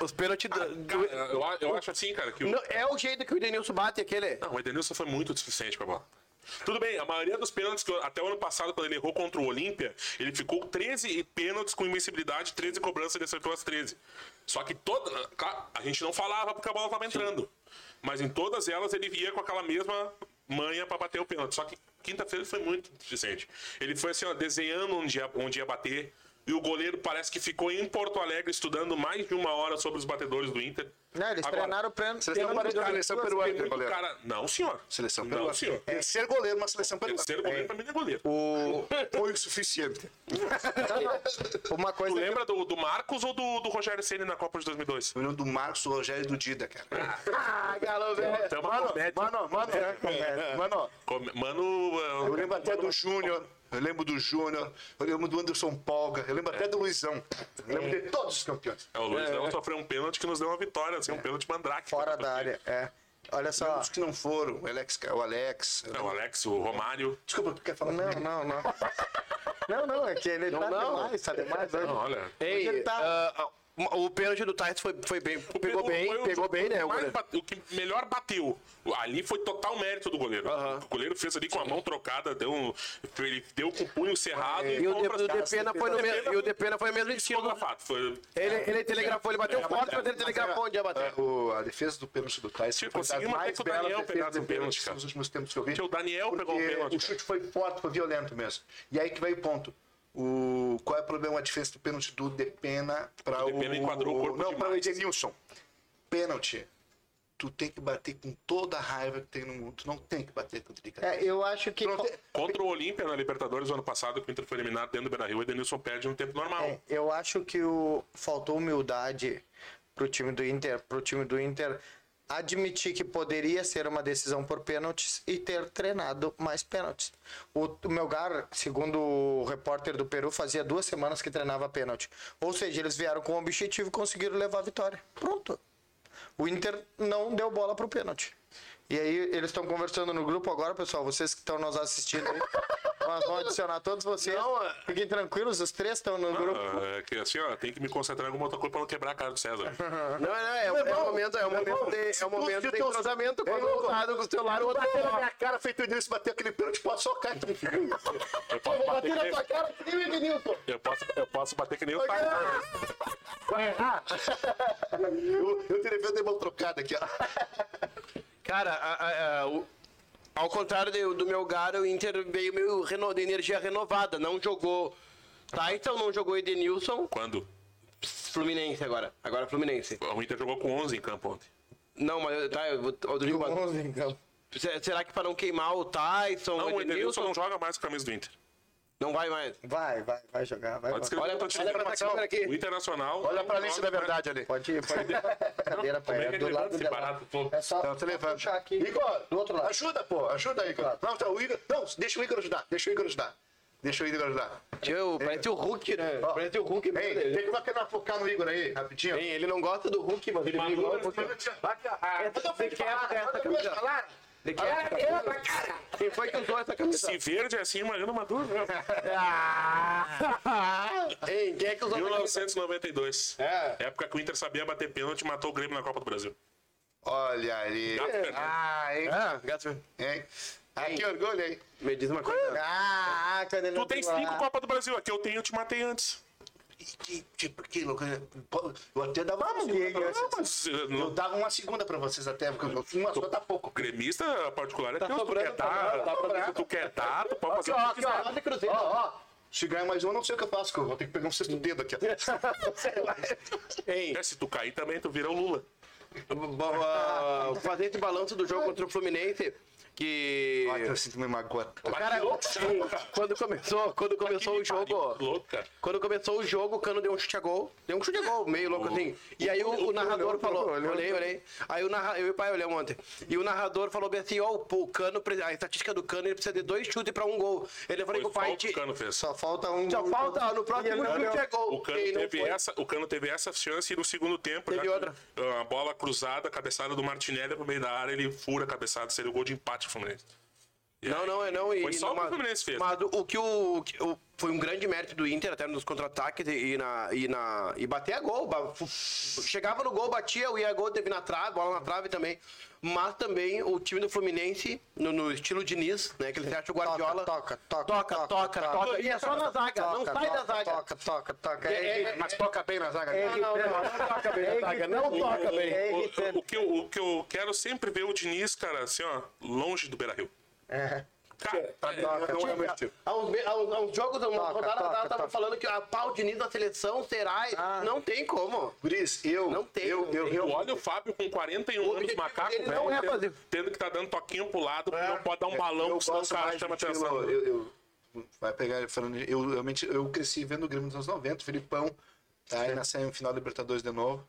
Os pênaltis.
Ah, Cara, eu, a- eu acho assim, cara, que o,
é o jeito que o Denilson bate aquele.
Não, o Edenilson foi muito deficiente pra bola. Tudo bem, a maioria dos pênaltis, que eu- até o ano passado, quando ele errou contra o Olímpia, ele ficou 13 pênaltis com invencibilidade, 13 cobranças, ele acertou as 13. Só que toda. claro, A gente não falava porque a bola tava entrando. Mas em todas elas ele ia com aquela mesma manha pra bater o pênalti. Só que Quinta-feira foi muito deficiente. Ele foi assim, ó, desenhando onde ia, onde ia bater. E o goleiro parece que ficou em Porto Alegre estudando mais de uma hora sobre os batedores do Inter.
Não, eles
Agora,
treinaram o prêmio.
Seleção
Tem um
brasileira,
cara-
seleção
duas-
peruana.
tem muito
goleiro.
cara. Não, senhor.
Seleção
peruana.
peruana.
Não, senhor.
É ser goleiro, uma seleção peruana.
Terceiro goleiro pra mim não é goleiro.
O... Foi o suficiente.
Uma
Tu
coisa que
lembra do, do Marcos ou do, do Rogério Ceni na Copa de 2002?
O nome do Marcos, do Rogério e do Dida, cara.
Ah, galo, velho.
Tem uma
Mano,
comédia.
mano, mano, é comédia. mano.
Come- Mano, é,
Eu lembro até do Júnior. Eu lembro do Júnior. Eu lembro do Anderson Polga. Eu lembro até do Luizão. Eu lembro de todos os campeões.
é, o Luizão sofreu um pênalti que nos deu uma vitória, assim, um pênalti mandrake.
Fora da área, é. Olha só.
Os que não foram. O Alex. O Alex.
É, o Alex, o Romário.
Desculpa, tu quer falar?
Não, não, não. Não, não, é que ele tá demais, tá demais hoje.
Não, olha.
Ei,
ele tá-
ah, ah, o pênalti do Tais foi, foi bem. Pegou
Pedro foi
bem,
o
pegou
jogo
bem, né?
que
O
mais
goleiro.
bate- o que melhor bateu. Ali foi total mérito do goleiro. O goleiro fez ali com a mão trocada, deu um, ele deu com o punho cerrado e,
É. E o,
foi
de,
pra
o
caras.
Depena foi no
Depena
mesmo. E o Depena foi mesmo em
foi
cima. do-
fotografado, foi-
Ele, ele telegrafou, ele bateu
É,
forte,
é,
mas ele telegrafou onde ia bater.
Ah, o- a defesa do pênalti do Tais
Se
foi uma das
conseguir manter
mais
assim, que o
belas
Daniel
defesas
pegasse
de
um pênalti,
pênalti
cara.
nos últimos tempos que eu vi.
Porque o Daniel pegou um
Porque
pênalti,
O chute foi forte, foi violento mesmo. E aí que vai o ponto. O, qual é o problema, a diferença do pênalti do Depena para
O
o...
Depena enquadrou o corpo
Não, para o
demais.
Edenilson. Pênalti. Tu tem que bater com toda a raiva que tem no mundo. Tu não tem que bater com o
É, eu acho que.
Pronto.
Contra o Olímpia na Libertadores ano passado, que o Inter foi eliminado dentro do Beira-Rio, o Edenilson perde no tempo normal.
É, eu acho que o, faltou humildade pro time do Inter, pro time do Inter admitir que poderia ser uma decisão por pênaltis e ter treinado mais pênaltis. O, o Melgar, segundo o repórter do Peru, fazia duas semanas que treinava pênalti. Ou seja, eles vieram com o objetivo e conseguiram levar a vitória. Pronto. O Inter não deu bola pro pênalti. E aí, eles estão conversando no grupo agora, pessoal. Vocês que estão nos assistindo aí, nós vamos adicionar todos vocês. Fiquem tranquilos, os três estão no grupo.
Ah, é que assim, ó, tem que me concentrar em alguma outra coisa pra não quebrar a cara do César.
Não, não, é, é, o momento, é o momento de, é o momento de entrosamento quando o lado com o celular, o outro
Bateu na minha Ah, cara, feito isso, bateu aquele pênalti, pode socar. Tu...
Eu posso bater que
na
nem,
tua cara, que nem o Edenilson.
eu posso, eu posso bater que nem o Tyson.
Eu, eu teria feito a mão trocada aqui, ó.
Cara, a- a- a- o- ao contrário de- do meu Melgar, o Inter veio meio reno- de energia renovada. Não jogou Tyson, não jogou Edenilson.
Quando?
Fluminense agora. Agora Fluminense.
O Inter jogou com 11 em campo ontem.
Não, mas eu- tá, eu vou. eu digo, mas- então. se- será que pra não queimar o Tyson, o
Não, o Edenilson
Edenilson?
não joga mais com a camisa do Inter.
Não vai mais.
Vai, vai, vai jogar,
Pode
vai. Pode,
escrever
Olha,
no
pra-
teu time.
olha pra essa câmera
O
aqui.
Internacional.
Olha pra lista da
joga-
verdade ali.
pode ir, pode ir. Cadeira pra
Como é
ela,
que
do
ele
lado
levanta esse
dela.
barato todo?
É só
Não, você levanta.
puxar aqui.
Igor,
do outro lado.
Ajuda, pô, ajuda, Igor. Não, tá, o Igor. Não, deixa o Igor ajudar. Deixa o Igor ajudar. Deixa o Igor ajudar.
Tio, parece o Hulk, né?
Ó,
Parece o Hulk
Ei,
mesmo.
tem que bater na focar no Igor aí, rapidinho.
Hein, ele não gosta do Hulk, mas ele vem igual.
É,
Você quer essa camisa? Ele quer essa camisa? Quem foi que usou essa camisa?
Se verde é assim, imagina uma dura. né?
Hein, quem é que usou essa camisa?
1992.
É.
Época que o Inter sabia bater pênalti e matou o Grêmio na Copa do Brasil.
Olha ali.
Gato perdeu.
Ah, hein?
Ah, gato.
hein? Ah, que orgulho, hein?
Me diz uma coisa.
Ah, quando ele
Tu
não
tem
lá.
cinco Copa do Brasil. Aqui eu tenho, eu te matei antes.
E Que, tipo, que louco. né? Pô, Eu até dava
Tá
uma segunda
Diego,
pra vocês.
Mas, eh,
Eu
no-
dava uma segunda pra vocês até, porque uma só tá pouco.
gremista particular é teu. Se tu
sobrando,
quer dar,
tá sobrando.
se tu quer dar, tu pode fazer.
Ó,
o que
aqui, ó.
Quase Cruzeiro.
Ó, ó. Se ganhar mais um, eu não sei o que eu faço, que eu vou ter que pegar um sexto dedo aqui. ó. Sei lá.
Hein,
quiser. É, se tu cair também, tu vira o Lula.
bom, ah, fazer esse balanço do jogo contra o Fluminense, que...
Ai, eu sinto me magoa.
Cara, hein, quando começou, quando começou o
Que pariu,
jogo...
que Louco, cara.
Quando começou o jogo, o Cano deu um chute a gol. Deu um chute a gol, meio louco assim. E aí o, o narrador falou... Olhei, olhei. Aí o narrador... Eu e o pai olhamos ontem. E o narrador falou bem assim, ó, o- o Cano... pre- A estatística do Cano, ele precisa de dois chutes pra um gol. Ele falou
Foi
que o
falta
pai...
que o Cano fez.
Só falta um.
Só falta no
E ele
próximo
não
chute
deu.
é gol.
O Cano,
Ei, não
teve
foi.
essa, o Cano teve essa chance e no segundo tempo.
Teve
já que,
outra.
ah, A bola cruzada, a cabeçada do Martinelli pro meio da área, ele fura a cabeçada, seria o gol de empate do Fluminense. E
Não,
aí,
não, é não. E,
Foi só o que
mas-
o Fluminense fez.
Mas o que o, o que o- Foi um grande mérito do Inter, até nos contra-ataques e, e na, e, na, e bater a gol. ba- fu- Chegava no gol, batia, o ia gol, teve na trave, bola na trave também. Mas também o time do Fluminense, no, no estilo Diniz, né? Que ele acha o Guardiola.
Toca, toca,
toca, toca, toca, E é só na zaga, não
Toca,
sai da
toca,
zaga.
Toca, toca, toca.
É, é, é,
Mas toca bem na zaga. né?
não, não, não toca bem na zaga, não toca
o-
bem.
É
o-
irritante.
o, que eu, o que eu quero sempre ver o Diniz, cara, assim, ó, longe do Beira Rio.
É.
Cara,
Tá,
Tinha-
não é o meu estilo.
Há uns, me- há uns- há uns jogos, uma
Toca,
rodada
toca,
atrás, tava
toca.
falando que a pau Diniz da seleção será. Não tem como.
Gris, eu.
Não tem,
Eu,
não
eu,
tem.
eu,
Olha o Fábio com 41 anos,
objetivo
macaco
dele
velho,
não é
tendo-
fazer-
tendo que tá dando toquinho pro lado,
É,
não pode dar um
é,
balão,
eu
que senão o
gosto
cara
mais
chama
de
atenção.
estilo, Eu, eu- vai pegar falando. de- Eu realmente eu cresci vendo o Grêmio nos anos 90, Filipão. Tá, aí na semifinal da Libertadores de novo.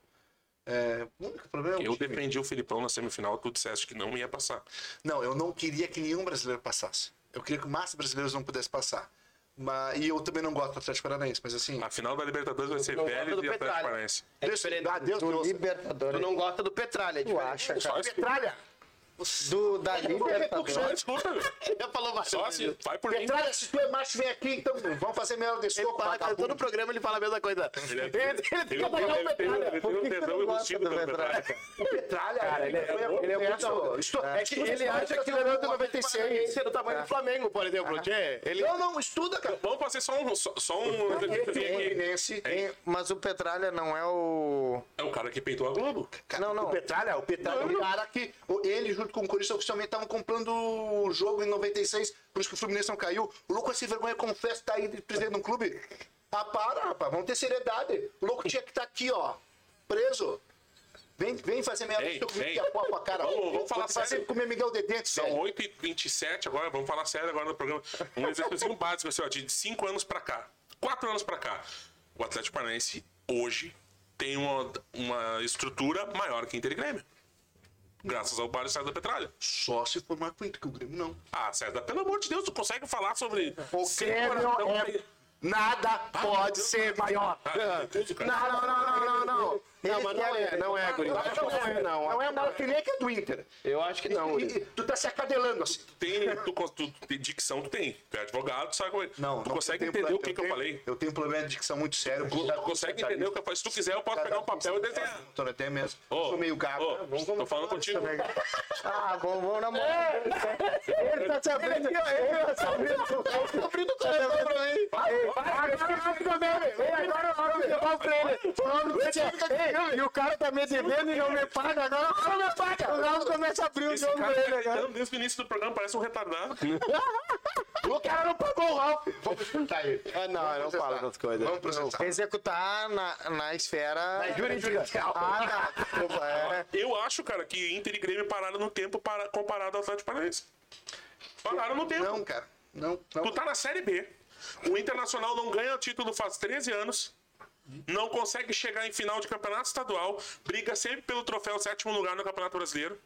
É, o único problema é o
Eu
time.
defendi o Filipão na semifinal, tu disseste que não ia passar.
Não, eu não queria que nenhum brasileiro passasse. Eu queria que o máximo de brasileiros não pudesse passar. Mas, e eu também não gosto do Atlético Paranaense, mas assim.
A final da Libertadores vai ser
Não gosta
Vélez
do
e Atlético
Petralha.
Paranaense.
É
Deus,
diferente.
ah, Deus
Do
me ouça.
Tu
Libertadores.
não gosta do Petralha, é
Tu
diferente.
acha,
Só
cara?
isso.
Petralha! Do, da
Só
Libertadores.
escuta, velho.
Já falou
Só
bastante.
assim,
disso.
vai por mim.
Petralha, se tu é macho, vem aqui, então vamos fazer melhor desse
Ele
soco,
fala, cara,
vagabundo.
todo tá programa ele fala a mesma coisa.
Ele é-
Ele tem que
ele tem-
atacar o
ele tem-
Petralha.
ele
Por
tem um
que que tu
tesão
não gosta
irresistível
do
pelo
Petralha?
Petralha.
O Petralha, cara,
ele é- ele é muito-
Estou,
É que ele acha que ele é do 96.
é do tamanho do Flamengo, por exemplo. Tchê, ele...
Não, não, estuda, cara.
Vamos fazer só um. Só, só um aqui.
Fluminense.
Hein, É, Mas o Petralha não é o.
É o cara que peitou a Globo.
Cara,
Não, não.
O Petralha, o Petralha, o cara que o- ele junto com o Corinthians oficialmente estavam comprando o jogo em 96, por isso que o Fluminense não caiu. O louco é sem vergonha, confesso, tá aí de presidente de um clube. Ah, para, rapaz, vamos ter seriedade. O louco tinha que estar aqui, ó, preso. Vem, vem fazer merda
Vem,
que eu
vem.
comi a pau com a cara.
Vamos- vamos
Vou
falar
te fazer
sério.
comer Miguel de dentro,
São
velho.
8h27 agora, vamos falar sério agora no programa. Um exercício básico, assim, ó, de 5 anos pra cá, 4 anos pra cá. O Atlético Paranaense hoje tem uma, uma estrutura maior que Inter e Grêmio. Graças ao Barrio César da Petralha.
Só se for uma quinta, que o Grêmio não.
Ah, César, pelo amor de Deus, tu consegue falar sobre.
O
sem
Grêmio
coração,
é...
tem-
Nada
meu
pode
Deus,
ser maior.
Ah, meu Deus, cara.
Não, não, não, não, não, não. Ele
mas não
quer-
é, não é, guri.
Não, não é, não.
Não é nada que nem que é do Inter.
Eu acho que não,
E-
guri.
e- tu tá se acadelando assim.
Tem, tu, cons- tu, tem dicção, tu tem. Tu é advogado, sabe como é. tu consegue
eu tenho
entender
pro-
o que, que eu
tenho-
falei.
Eu tenho um problema de dicção muito sério.
Tu consegue entender o que eu falei. Se tu quiser, eu posso pegar um papel e desenhar.
Tô até mesmo.
Ô,
sou meio gago.
ô,
né? Vamos-
tô falando contigo.
Ah, vamos, vamos namorar. Ele tá se abrindo. Ele tá se abrindo. Ele tá abrindo o pra mim. Agora eu vou levar o prêmio. Falando pra você. Ei, E o cara tá me devendo e não me paga. Agora eu não me paga. O Galo começa a abrir o
Esse
jogo pra
cara
ele
tá
agora.
gritando desde o início do programa, parece um retardado.
O cara não pagou o Ralph. Vamos juntar ele.
Ah, não, eu não falo essas coisas.
Vamos processar.
Executar na, na esfera tá.
jurídica.
Ah, tá. Desculpa, é.
Eu acho, cara, que Inter e Grêmio pararam no tempo para, comparado ao Atlético Paranaense. Pararam no tempo.
Não, cara. Não, não.
Tu tá na Série B. O Internacional não ganha título faz 13 anos. Não consegue chegar em final de campeonato estadual. Briga sempre pelo troféu sétimo lugar no Campeonato Brasileiro.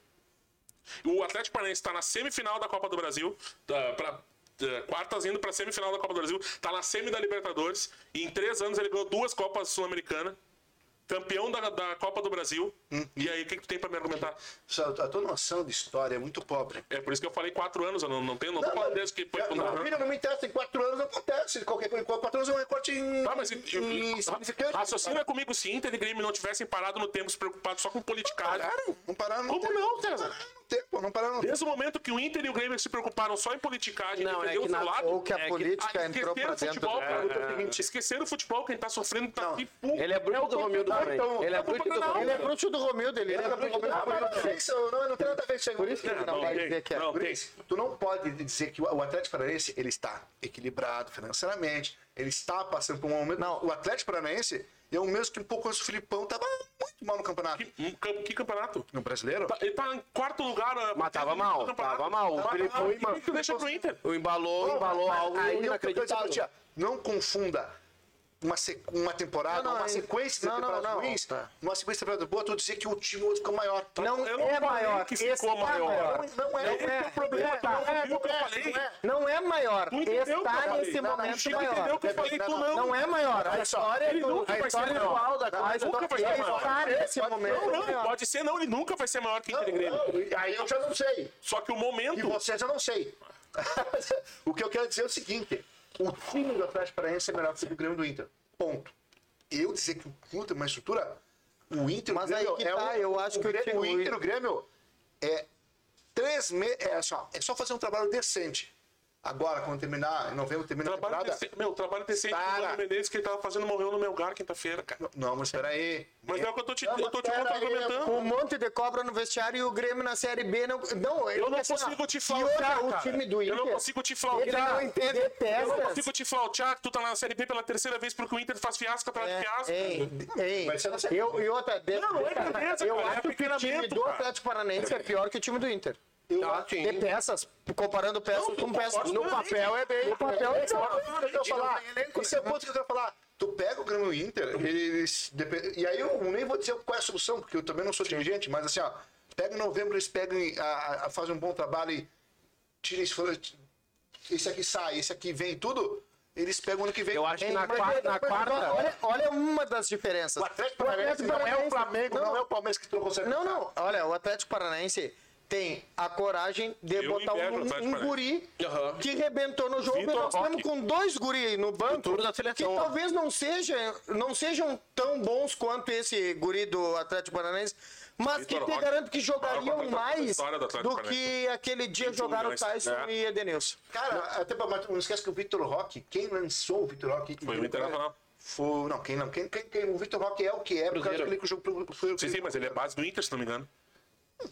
O Atlético Paranaense tá na semifinal da Copa do Brasil. Tá, pra, tá, quartas indo pra semifinal da Copa do Brasil. Tá na semi da Libertadores. E em três anos ele ganhou duas Copas Sul-Americanas. Campeão da, da Copa do Brasil. E aí, o que, que tu tem pra me argumentar?
Só- A tua noção de história é muito pobre.
É por isso que eu falei quatro anos, eu não, não tenho, não, tô falando desde que foi
não, não,
fundado.
filho, não me interessa, em quatro anos acontece. Qualquer coisa, em quatro anos é um recorte em.
Tá, mas e- e-
em-
ra-
significante.
raciocina comigo se Inter e Grêmio não tivessem parado no tempo, se preocupado só com politicagem.
Pararam, não pararam no
Como
tempo.
não, César?
Não pararam no tempo, não pararam no tempo.
Desde o momento que o Inter e o Grêmio se preocuparam só em politicagem,
Não,
defender
é que
o seu
na-
lado, Ah,
Ou que a
É que-
política entrou
esqueceram
pra
o
dentro.
futebol, cara.
É, é, é.
É o seguinte, Esqueceram o futebol, quem tá sofrendo tá aqui, pum.
Ele é bruxo do Romildo
Ah,
também.
então,
Ele é
tá
bruxo do
bom,
Ele é
Romildo.
bruxo do Romildo, ele
Ah,
lembra do Romildo.
mas não tem isso, Não, não tem nada a ver com isso aí.
Por isso que ele não
Não,
vai
tem,
dizer que é.
não,
Por
tem.
isso, tu não pode dizer que o Atlético Paranaense ele está equilibrado financeiramente, ele está passando por um momento.
Não.
o Atlético Paranaense é o mesmo que um pouco antes o Filipão estava muito mal no campeonato.
Que, um cam- que campeonato?
No brasileiro?
Tá- Ele tá em quarto lugar. né,
Mas tava
no
mal,
campeonato.
tava mal. O
Tava
Filipão
mal.
e
Por que que tu deixa pro Inter?
O embalou, embalou
Mas
algo
aí eu tô
é
inacreditável.
dizendo, tia, Não confunda uma, sequ- uma temporada,
Não, não,
uma
aí-
sequência de
não, não,
temporadas
não,
ruins,
tá.
uma sequência de temporadas boa, tu dizer que o time outro ficou maior.
Não
Eu não
é
falei
maior.
que
esse
ficou
tá
maior.
Não é,
Não
esse
é.
é o problema,
Não
tu não
é,
ouviu o que eu
não é,
falei?
não é. Não é maior.
Tu entendeu o que eu
Está
falei?
nesse
Não,
não,
momento
Chico
entendeu o
maior.
que eu falei, tu não.
Não é maior. A história é
Ele
do-
nunca
a
vai
história
ser
é
maior.
atual da
Não,
coisa.
nunca vai ser
Ele
maior.
está nesse momento.
Não, não,
maior.
pode ser não, ele nunca vai ser maior que Inter e Grêmio.
Não, Aí eu já não sei.
Só que o
E
momento.
vocês eu não sei. o que eu quero dizer é o seguinte: o time do Atlético Paranaense é melhor que o do Grêmio e do Inter. Ponto. Eu dizer que o clube tem uma estrutura, o Inter
Mas
o
aí
Grêmio
que tá,
um-
eu acho
o
que o
Grêmio,
time-
o Inter assim, o Grêmio é três meses. É só, é só fazer um trabalho decente. Agora, quando terminar, em novembro, termina a
Trabalho
temporada.
decente, meu, trabalho decente do
Para.
Mano Menezes que ele tava fazendo morreu no meu lugar quinta-feira, cara.
Não, mas espera aí.
Mas é o que eu tô te, eu tô te
Pera aí,
contra-argumentando.
Com um monte de cobra no vestiário e o Grêmio na Série B não. Não, ele
Eu não
assim, ó,
consigo te
e
flautar,
outra,
cara.
O time
Eu
do Inter.
não consigo te
Ele não
flautar.
entende.
Eu não
Detesta.
consigo te flautar que tu tá na Série B pela terceira vez porque o Inter faz fiasco atrás
É,
de fiasco.
Ei, ei,
Mas você não sabe.
É, eu, e outra, de-
Não, é beleza,
eu
cara, é
acho que o time
pequenamento,
do
cara.
Atlético Paranaense é pior que o time do Inter.
Eu,
Tá, sim.
De peças, comparando peças com peças. No papel é bem. No papel é
Não,
bem.
não, não, eu vou falar. Esse é o ponto que eu quero falar. Tu pega o Grêmio e o Inter, eles. depe- E aí eu nem vou dizer qual é a solução, porque eu também não sou dirigente, mas assim, ó, pega em novembro, eles pegam, e a- a- a- fazem um bom trabalho e tiram esse. fora- Esse aqui sai, esse aqui vem, tudo. Eles pegam ano que vem.
Eu acho que
Ei,
na
mas
quarta-
olha-
na
olha- Olha, olha uma das diferenças.
O Atlético Paranaense não é o Flamengo, não, é o Palmeiras que tu não consegue.
Não, não. Olha, o Atlético Paranaense tem a coragem de
Eu invejo
botar
o
um,
Atlético
um
Paranaense.
guri
Aham.
que rebentou no jogo
Vitor
e nós estamos
Roque.
com dois guri no banco
Futuro da seleção.
que talvez não, seja, não sejam tão bons quanto esse guri do Atlético Paranaense, mas
Vitor
que te
Roque,
garanto que
maior
jogariam
contratação da
mais
história do
do,
Atlético
que aquele dia
21
jogaram
milhões,
Tyson
É.
né?
e Edenilson.
Cara, até pra, mas não esquece que o Vitor Roque, quem lançou o Vitor Roque.
Foi o Internacional.
Foi, não, quem não? Quem, quem, quem- o Vitor Roque é o que é, por causa
Cruzeiro.
que ele que o jogo foi o
Sim, sim, mas ele é base do Inter, se não me engano.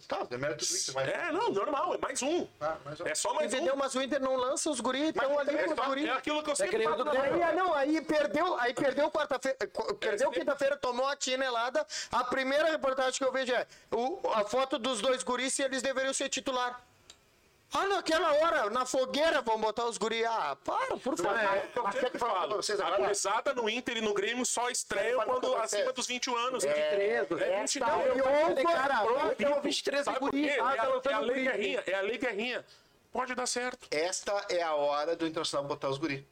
Tá, é mérito do Inter, mas.
É, não, normal, é mais um.
Ah, mais um.
É só mais
Entendeu?
um.
Mas o Inter não lança os guri, estão ali
é
com os
só-
guri.
É aquilo que eu
que
sempre
nem o
falo.
do
na
Grêmio.
Aí, ah, não, aí perdeu, aí perdeu quarta-feira, eh, co- perdeu quinta-feira, tomou a chinelada. A primeira reportagem que eu vejo é o- a foto dos dois guris se eles deveriam ser titular. Ah, naquela hora, na fogueira, vão botar os guris. Ah, para, por favor. Então,
é.
Eu
Mas
sempre
quer que eu fale
falo,
pra vocês
a
agora?
gurizada no Inter e no Grêmio só estreiam
Fala pra
quando
vocês. tá,
acima dos 21 anos.
É,
É 20, não,
e outra, cara,
é um 23
Sabe por
guri.
quê? É
Ah,
a-
tá
é a
lançando
lei
guri.
guerrinha, é a lei guerrinha. Pode dar certo.
Esta é a hora do Internacional botar os guri.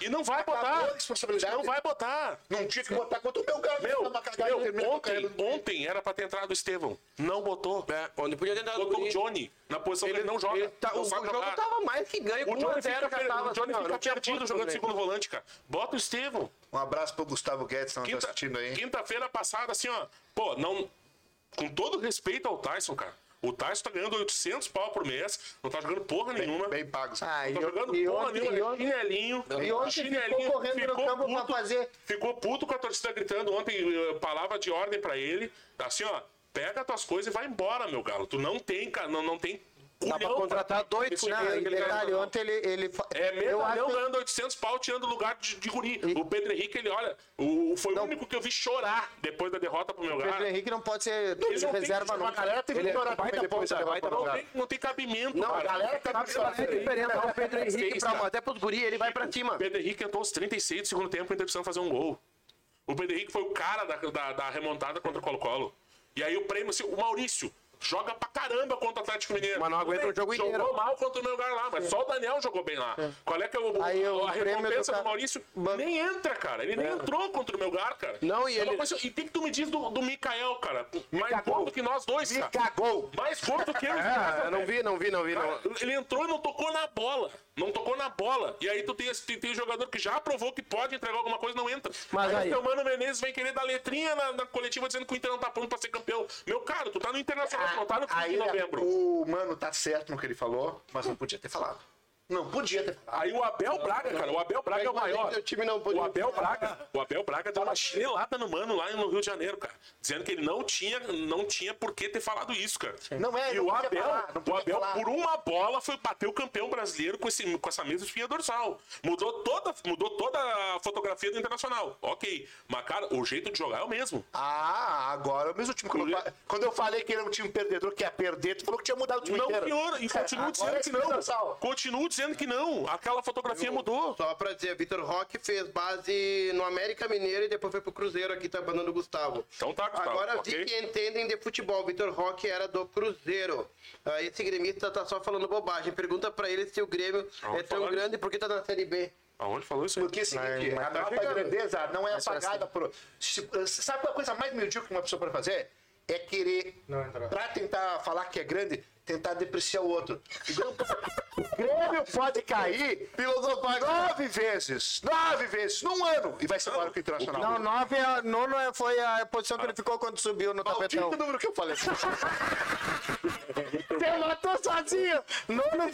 E não vai
Acabou
botar.
a responsabilidade.
Não vai botar.
Não tinha que botar contra o Belgrado.
Meu,
tava cagado,
meu,
terminou com
ontem,
a carreira do-
ontem era pra ter entrado o Estevão. Não botou.
É, onde podia tentar
Botou o Johnny na posição que ele não joga.
Ele tá,
não
o
sabe
jogo
jogar.
tava mais que ganho.
O
com 1 a
Johnny
0
fica,
já tava.
o
assim,
Johnny
ó,
fica
não tinha
perdido
ponto
jogando
também.
segundo volante, cara. Bota o Estevão.
Um abraço pro Gustavo Guedes, que não tá
Quinta-
assistindo aí.
Quinta-feira passada, assim, ó. Pô, não. Com todo respeito ao Tyson, cara. O Tyson tá ganhando 800 pau por mês, não tá jogando porra nenhuma.
Bem pagos.
Ah,
não tá
e
jogando
e
porra
ontem-
nenhuma.
e ontem-
chinelinho.
e ontem ficou correndo no campo pra fazer.
Ficou puto com a torcida gritando ontem, eh, palavra de ordem pra ele. Assim, ó. Pega tuas coisas e vai embora, meu galo. Tu não tem, cara, não, não tem.
Dá pra
culhão
contratar dois
esse
com
dinheiro
Não, e
que ele tá
né, detalhe,
ganhando.
ontem ele. ele fa-
É
eu acho
medalhão
que-
ganhando 800 pau, tirando o lugar de, de guri. O Pedro Henrique, ele olha, o, o- foi o único que eu vi chorar depois da derrota pro meu
o Pedro
lugar.
Henrique não pode ser
Ah. Ele não tem
reserva
que
não.
jogar, galera
teve que chorar também depois da derrota
é, Não
pra
tem, não tem cabimento,
Não, a
cara.
galera
tá
tá
com sorte.
diferença. O Pedro Henrique,
Seis,
pra,
cara.
até pros guri, ele vai pra cima.
O Pedro Henrique entrou aos 36 do segundo tempo e precisando fazer um gol. O Pedro Henrique foi o cara da, da, da remontada contra o Colo-Colo. E aí o prêmio, assim, o Maurício, joga pra caramba contra o Atlético Mineiro.
Mas não aguenta
Tudo
o jogo
bem,
inteiro.
Jogou mal contra o meu lugar lá, mas só o Daniel jogou bem lá. Qual é que é o,
Aí
a,
o prêmio
recompensa
do
do,
cara-
Maurício?
Banco.
Nem entra, cara. Ele nem entrou contra o meu lugar, cara.
Não, e
É uma
ele-
coisa- e tem que tu me diz do, do Mikael, cara. Mais gordo que nós dois, cara.
cagou.
Mais gordo que eu.
É.
Ah, eu não vi, não vi, não vi.
Cara,
Não.
ele entrou e não tocou na bola. Não tocou na bola. E aí tu tem, esse- tem, tem jogador que já provou que pode entregar alguma coisa e não entra.
Mas aí-
o teu Mano Menezes vem querer dar letrinha na, na coletiva dizendo que o Inter não tá pronto pra ser campeão. Meu caro, tu tá no Internacional, tu não tá no fim de
Aí
novembro.
o mano tá certo no que ele falou, mas não podia ter falado. Não podia ter falado.
Aí o Abel Braga, cara, o Abel Braga é o maior.
O time não pôde.
O Abel Braga, o Abel Braga deu uma chinelada no mano lá no Rio de Janeiro, cara, dizendo que ele não tinha, não tinha por que ter falado isso, cara.
Não é,
E
não
o
podia
Abel,
falar, não
o
podia
Abel
falar.
por uma bola foi bater o campeão brasileiro com, esse, com essa mesma espinha dorsal. Mudou toda, mudou toda a fotografia do Internacional. OK, mas cara, o jeito de jogar é o mesmo.
Ah, agora é o mesmo time. Quando eu, fa- quando eu falei
é
que era um time perdedor, que ia perder, tu falou que tinha mudado o time
Não,
inteiro.
pior, e continuo
Agora
dizendo
é
que
espinha dorsal.
não. Continuo dizendo que não. Aquela fotografia mudou.
Só pra dizer, Vitor Roque fez base no América Mineiro e depois foi pro Cruzeiro aqui, tá abandonando o Gustavo.
Então tá, Gustavo,
Agora
ok.
vi que entendem de futebol. Vitor Roque era do Cruzeiro. Ah, Esse gremista tá só falando bobagem. Pergunta pra ele se o Grêmio
Vamos
é tão
falar.
grande e por que tá na Série B.
Aonde falou isso? aí?
Porque é o seguinte,
Mas-
a
mas-
nossa grandeza não é
pra
apagada por. se- Sabe qual a coisa mais medíocre que uma pessoa pode fazer? É querer,
Não entrar.
pra tentar falar que é grande, tentar depreciar o outro. O Grêmio, o Grêmio pode cair nove vezes. Nove vezes, num ano. E vai ser maior que o Internacional.
Não, nove, é- nono é- foi a posição que ele ficou quando subiu no
Maldito
tapetão.
número que eu falei.
Você matou sozinho! Nono.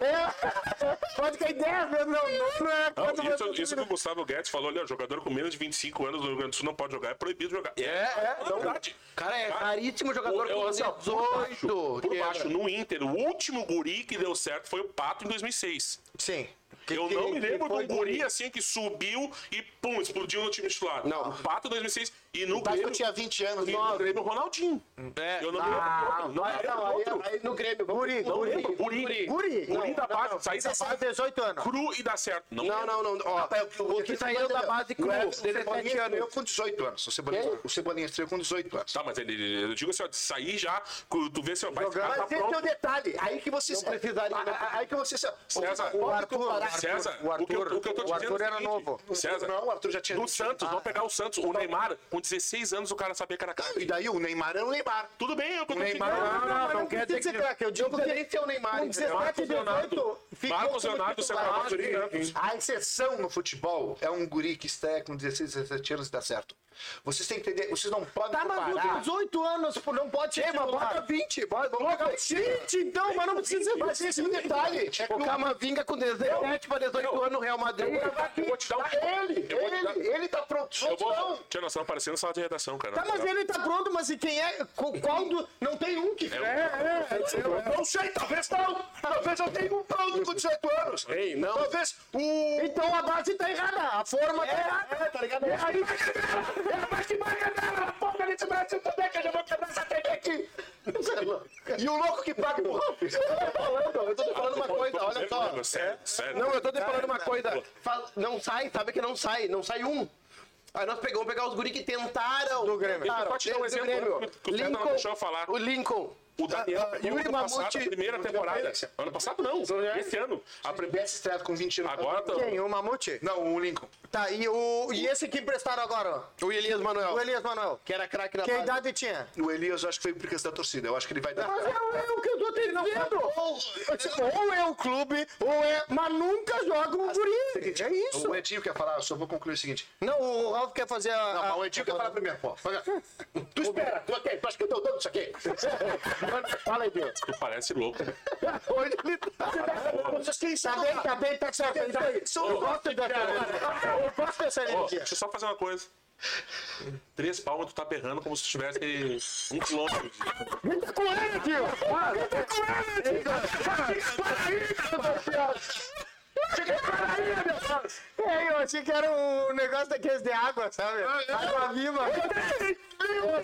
É, pode cair dez, mas não, nono é
Não,
quando
isso,
você-
isso que o Gustavo Guedes falou ali, ó, jogador com menos de 25 anos no Rio Grande do Sul não pode jogar, é proibido jogar. É,
é.
Então,
não, verdade.
Cara, é raríssimo jogador
Eu,
com
assim, ó, por
18.
baixo, por
que é, era.
baixo, no Inter, o último guri que deu certo foi o Pato em 2006.
Sim.
eu não me lembro de
do
um guri assim que subiu e pum, explodiu no time titular.
Não.
O Pato em 2006 e no
Mas
Grêmio,
eu tinha 20 anos.
e no Grêmio Ronaldinho.
É.
Eu não me lembro de outro, não me lembro de
Não, aí,
outro.
aí no Grêmio. Vamos
Guri,
não,
guri,
lembro.
Guri,
guri.
Guri?
guri da base, sair da
16,
base
18 anos.
cru e dá certo. Não,
Não, não, não. Ó, tá o que saiu da base com
O
17
Cebolinha estreou
anos.
com 18 anos. O
É.
Cebolinha, o Cebolinha estreou com 18 anos.
Tá, mas ele, ele- eu digo assim, ó, de sair já, cu- tu vê se ó, vai ficar, tá
Mas esse é o
pronto.
detalhe. Aí que você...
Não precisaria, não
Ah, ah, Aí que você...
César,
o
O
Arthur...
Arthur,
César,
o Arthur,
o que eu- o que eu tô
o
dizendo
Arthur
é o
era
seguinte,
novo.
César,
Não, o Arthur já tinha...
No
20.
Santos, vamos pegar o Santos. O Neymar, com 16 anos, o cara sabia que era craque.
E daí o Neymar era o Neymar.
Tudo bem, eu tô
Neymar
dizendo.
não,
mas
quer
precisa
dizer que-
ser craque, eu digo
Não precisa nem ser o Neymar,
com
entendeu?
17, 18, ficou
Marcos
como
Leonardo, você
titular.
acabou de-
A exceção no futebol é um guri que estreia com 16, 17 anos e dá certo. Vocês têm que entender, vocês não podem
Tá, mas
comparar.
com 18 anos, pô, não pode ser
Ei, mas
titular.
bota 20, bota, vamos
Coloca
pegar
20, então, mas não precisa ser
Mas esse é um detalhe. Tinha que
O Camavinga com 17 para 18 anos no Real Madrid.
Eu vou te dar um...
Ele,
Eu vou te dar- um
ele, ele tá pronto. Os
Eu
outros
vou...
não.
Tia, nós estamos parecendo sala de redação, cara.
Tá, mas ele tá pronto, mas e quem é? Co- Qual do... Não tem um que...
É,
é, Não sei, talvez não. Talvez eu tenha um pronto com 18 anos.
Ei, não.
Talvez o.
Então a base tá errada, a forma tá errada.
É, tá ligado? É aí, vai quebrar. É, vai quebrar, quebrar. Porra, nesse Brasil também, que eu já vou quebrar essa TV aqui.
tá
é. E o louco que paga o Ralph.
Eu tô Tá falando, eu tô te falando uma
tá
coisa, olha só.
Sério, sério, sério.
Não, eu tô te falando
tá
uma coisa. Fala- Não sai, sabe que não sai, não sai um. Aí nós pegamos pegar os guri que tentaram.
Do Grêmio.
Tentaram,
Eu vou te dar um
do
exemplo
Grêmio.
que o Fernando não deixou eu falar.
O Lincoln.
O Daniel,
Ah, ah,
e o
Yuri
ano passado, a
Mamute.
primeira temporada. Ano passado, não. Esse ano. A prim-
Tivesse estreado com 20 anos.
Agora, tá- tô...
Quem? O Mamute?
Não, o Lincoln.
Tá, e, o... e esse que emprestaram agora,
O Elias
ó?
Manuel.
O Elias Manuel.
Que era craque da
Que
base.
idade tinha?
O Elias, eu acho que foi por causa da torcida. Eu acho que ele vai dar.
Mas é, o- é o que eu tô te dizendo. Ou é o clube, ou é. Mas nunca joga um guri. É isso.
O Edinho quer falar, eu só vou concluir o seguinte.
Não, o Ralf quer fazer a.
Não,
a-
mas o Edinho quer falar primeiro, pô. Vai lá. Tu espera, tu ok, tu acha que eu tô dando isso aqui? Fala aí, Deus.
Tu parece louco.
Onde ele tá? Vocês quem
Tá
sabem,
bem, tá bem, tá certo. é isso aí. Eu gosto dessa energia. Eu gosto dessa
Ó,
energia.
deixa eu só fazer uma coisa. Três palmas, tu tá berrando como se tu tivesse um quilômetro. de-
Grita com ele, tio! Grita com ele, tio! É, eu achei que era um negócio daqueles de água, sabe? Água viva.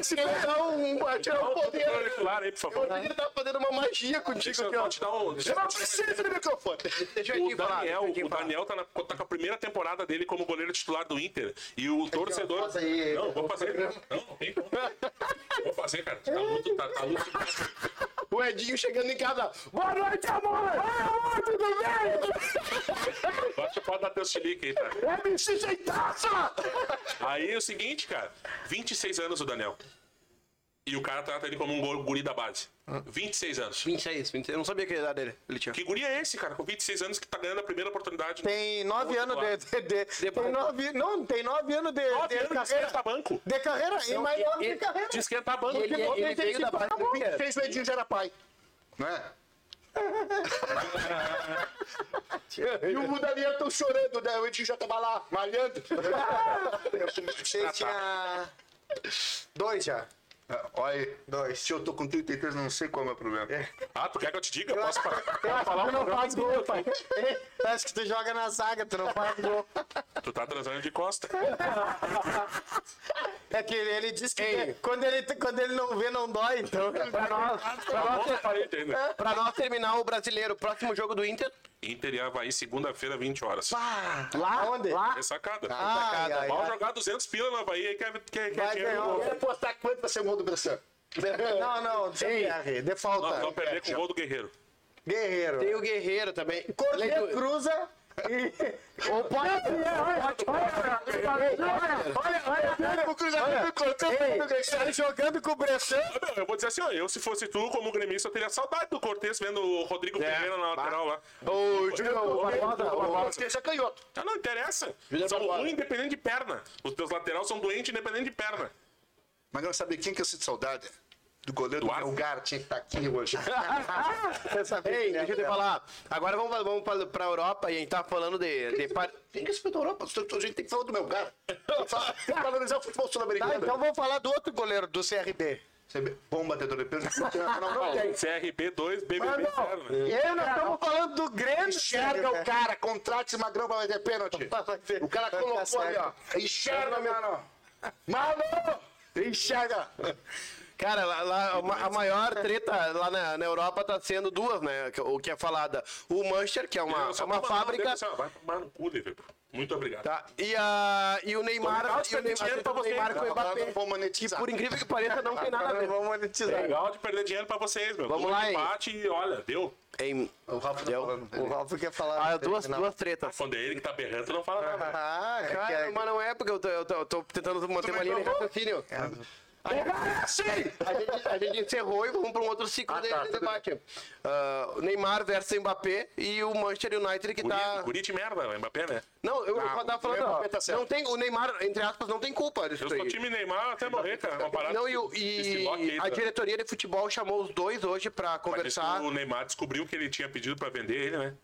Tirar um, tirar um
Bota o
poder.
auricular aí, por favor.
Ele tá fazendo uma magia
Deixa
contigo
eu
aqui,
só
ó.
te dar um...
Você não precisa do microfone.
Deixa eu
O
te falar.
um
deixa
Daniel,
eu
o
te falar.
Daniel tá, na- tá com a primeira temporada dele como goleiro titular do Inter. E o torcedor.
faz aí,
não, vou fazer. Não, não tem como. Vou fazer, cara. Tá muito. Tá, tá muito.
O Edinho chegando em casa. Boa noite, amor.
Eu acho que pode dar teu chilique aí, cara.
É MC sem taça.
Aí é o seguinte, cara. 26 anos o Daniel. E o cara trata ele como um go- guri da base. 26 anos.
26, 26. assim, Eu não sabia que idade dele. Ele tinha.
Que guri é esse, cara? Com 26 anos que tá ganhando a primeira oportunidade.
Tem nove anos de. de, de- tem nove, não, tem nove anos de,
Nove
de
anos de
carreira.
esquentar banco.
De carreira, e mais
ele-
nove de
ele-
carreira.
De esquentar banco.
Ele-
Porque
ele
você tem
veio da
que
base
pagar
do
muito.
Inter.
Fez o Edinho já era pai. Não é? E o Daniel tão chorando, né? O Edinho já tava lá, malhando.
Você tinha. Dois já.
É, Olha aí.
Dois.
Se eu tô com 33, não sei qual é o meu problema.
Ah, tu quer que eu te diga? Eu posso parar.
tu não faz gol, pai. Acho que tu joga na zaga, tu não faz gol.
Tu tá transando de costa.
É que ele, ele diz que quando, ele, quando ele não vê, não dói, então.
Pra nós, pra,
Tá bom
nós,
na
é.
parede ainda.
pra nós terminar o brasileiro, próximo jogo do Inter.
Inter e Havaí, segunda-feira, 20 horas.
Lá? Onde? Lá?
É sacada.
Ai, ai,
Mal
ai.
jogar 200 pila na Bahia e quer, quer, quer
Vai
dinheiro
ganhar
novo.
um-
Quero postar quanto vai ser o gol do Bressan.
Não, não, GR, de falta.
Nós vamos perder com o gol do Guerreiro.
Guerreiro.
Tem o Guerreiro também.
Cordeiro
Leitu-
cruza, Ou pode ser, olha, olha, olha, olha, olha, o cruzamento jogando com o Bressan.
Ah, meu, Eu vou dizer assim, ó, eu se fosse tu, como gremista, eu teria saudade do Cortez vendo o Rodrigo Pereira na lateral lá.
Ô, Júlio, o
Barbosa, o Barbosa.
Cortez é canhoto.
Ah, não interessa.
Júlio
são
Barbosa.
ruins independente de perna. Os teus laterais são doentes independente de perna.
Mas não sabe quem que eu sinto saudade? Do goleiro
Eduardo?
do Melgar, tinha que estar aqui hoje.
Ei, deixa eu te
Tá,
falar. Agora vamos, vamos pra, pra Europa e a gente tá falando de. de par-
Tem que é respeitar a Europa, a gente tem que falar do Melgar. Tem que valorizar o futebol
Tá,
sul-americano.
então vamos falar do outro goleiro, do CRB.
Você é bom batedor de pênalti, não tem nada, não, não tem.
CRB 2, BBB
É, Mano,
zero, né?
eu não estamos falando do Grêmio.
Enxerga o cara, contrate esse magrão pra bater pênalti. O cara
Tá
colocou ali,
certo.
ó. Enxerga, mano. Mano! Enxerga!
Cara, lá, lá, uma- a maior treta lá na, na Europa tá sendo duas, né? que- O que é
Ah,
falada. O Manchester, que é uma,
Eu só
é uma
tô mandando
fábrica.
assim, ó, Vai tomar no cu, Liverpool. Muito obrigado. É
Tá. E, a, e o Neymar,
Legal,
e o Neymar,
Então, dinheiro pra
o
você.
Neymar com o
Agora
Mbappé.
não vou
Que
monetizar.
por incrível que pareça, não tem nada a ver.
Vamos monetizar.
Legal de perder dinheiro pra vocês, meu.
Vamos
Gol de
lá, hein?
empate e olha, deu.
Em,
O Rafa tá
Deu.
falando.
O Ralf quer falar.
ah, duas,
Não.
duas tretas.
Quando é ele que tá berrando, tu não fala nada. né?
Ah, é que
Cara,
é-
mas não é porque eu tô, eu tô, eu tô tentando manter uma linha de raciocínio.
É.
A gente, a gente encerrou e vamos para um outro ciclo
Ah,
de,
tá,
de
tudo
debate. Ah, o Neymar versus Mbappé e o Manchester United que
Guri,
tá.
guri de merda, né? Mbappé, né?
Não, eu
Não,
só tava falando,
o
ó,
Mbappé tá certo.
não tem, o Neymar, entre aspas, não tem culpa disso
Eu sou
aí.
time Neymar até morrer, cara. É Uma parada
Não, e, o-
desse
e
lock aí,
a
tá?
diretoria de futebol chamou os dois hoje para
Parece
conversar.
que o Neymar descobriu que ele tinha pedido pra vender ele, né?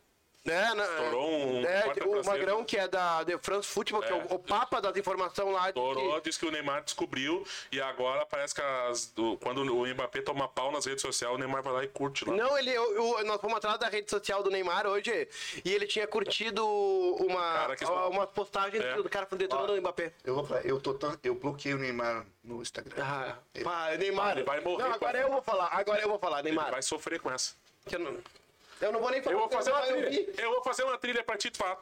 É, na-
Estourou um
é,
quarta
o
pra cento.
Magrão, que é da de France Football, que é o, o papa das informações lá.
Toró
Que,
diz que o Neymar descobriu e agora parece que as- o- quando o Mbappé toma pau nas redes sociais, o Neymar vai lá e curte lá.
não, ele, eu- eu- nós fomos atrás da rede social do Neymar hoje e ele tinha curtido uma,
Cara, que-
uma, postagem
É.
do cara detonando o Mbappé.
Eu vou falar, eu, tô tão- eu bloqueei o Neymar no Instagram.
Ah, pá, Neymar.
Ele vai morrer,
Não, agora
pai.
eu vou falar, agora eu vou falar,
Ele
Neymar.
vai sofrer com essa.
que eu, não, eu não vou nem falar.
Eu vou fazer uma
vai ouvir.
trilha. Eu vou fazer uma trilha pra ti, tu fala.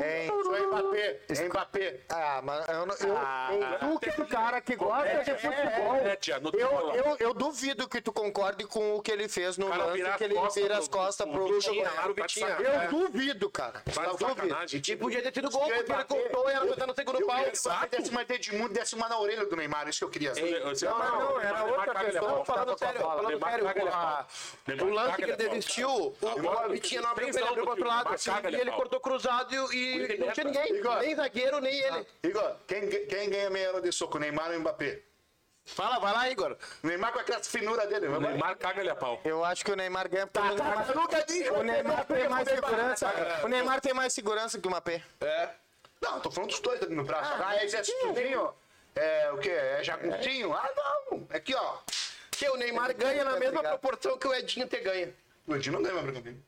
É, isso é Mbappé, é Mbappé.
Ah, mas eu, não- eu, eu, tu que é um cara que gosta de futebol.
comédia, no
eu,
tolo.
eu, eu duvido que tu concorde com o que ele fez no
é, cara
lance,
virar
que ele
as costas
vira as
pro-
costas
pro-
pro,
pro
jogador.
Vitinha,
pro
tá de
Vitinha.
sacanagem.
Eu duvido, cara.
Tá de sacanagem.
E tipo podia ter tido gol, porque ele
Mbappé-
contou e ela tá no segundo pau.
Se desse uma de Edmundo, desse uma na orelha do Neymar, isso que eu queria.
É.
Eu- eu-
Não, não, não, era
Neymar
outra,
caga
velho.
essa
Vamos
bola.
falar
Falando
Tava
sério,
com a bola.
falando
Neymar
sério,
caga, ele
a-
Neymar
o lance
caga,
que ele
ele fala.
desistiu, o,
Agora,
o Vitinha não abriu pra
três
ele,
não,
abriu pro outro
Vitinho.
lado.
Neymar
assim,
caga,
E
ele
ele
fala.
cortou cruzado e-
Ele
e não tinha
meta.
ninguém,
Igor.
nem zagueiro, nem ele.
Igor, quem, quem ganha meia hora de soco, Neymar ou Mbappé?
Fala, vai lá, Igor.
Neymar com aquela finura dele, meu
Neymar caga ele a pau.
Eu acho que o Neymar ganha porque o Neymar, o Neymar tem mais segurança. O Neymar tem mais segurança que o Mapê.
É. Não, tô falando dos dois aqui no braço. Ah, é Exércitozinho? É o quê? É Jaguntinho? Ah, não. É aqui, ó.
Que o Neymar ganha na
tá
mesma
ligado.
proporção que o Edinho te ganha.
O Edinho não ganha mais pra mim.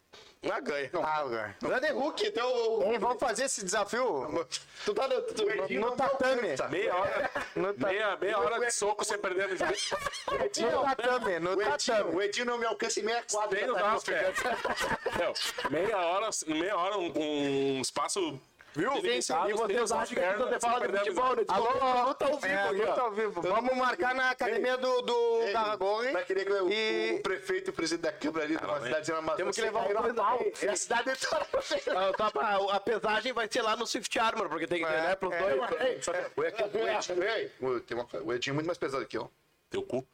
Ah, ganha.
Ah, cara.
Grande Hulk, então... o-
Ei, vamos fazer esse desafio
Tu tá no... tu-
Edinho
no
não
tatame.
Meia hora,
No ta-
meia, meia hora de soco sem perder a amizade.
No tatame, no
O Edinho,
tatame.
o Edinho não me alcança em meia quadra.
Bem nos
tá?
nossos pés. Meu, meia hora, meia hora um, um espaço. Viu?
E vocês acham que
você fala de futebol, né?
Alô, alô,
luta
tá
ao vivo
é,
aqui, ó.
luta ao vivo. Vamos marcar na academia do, do
Então,
tá
Ei,
Garragorri.
Vai querer que o, o
E
prefeito e o presidente da Câmara ali de uma cidade de Amazônia.
Ah, Temos que levar
o
o Vidal.
É a cidade toda.
Ah, tá, a, a pesagem vai ser lá no Swift Armor, porque tem que ter, né, pros dois.
Ei, só- o Edinho- o Edinho- ei, o- tem uma coisa, o Edinho é muito mais pesado que eu.
Teu cu.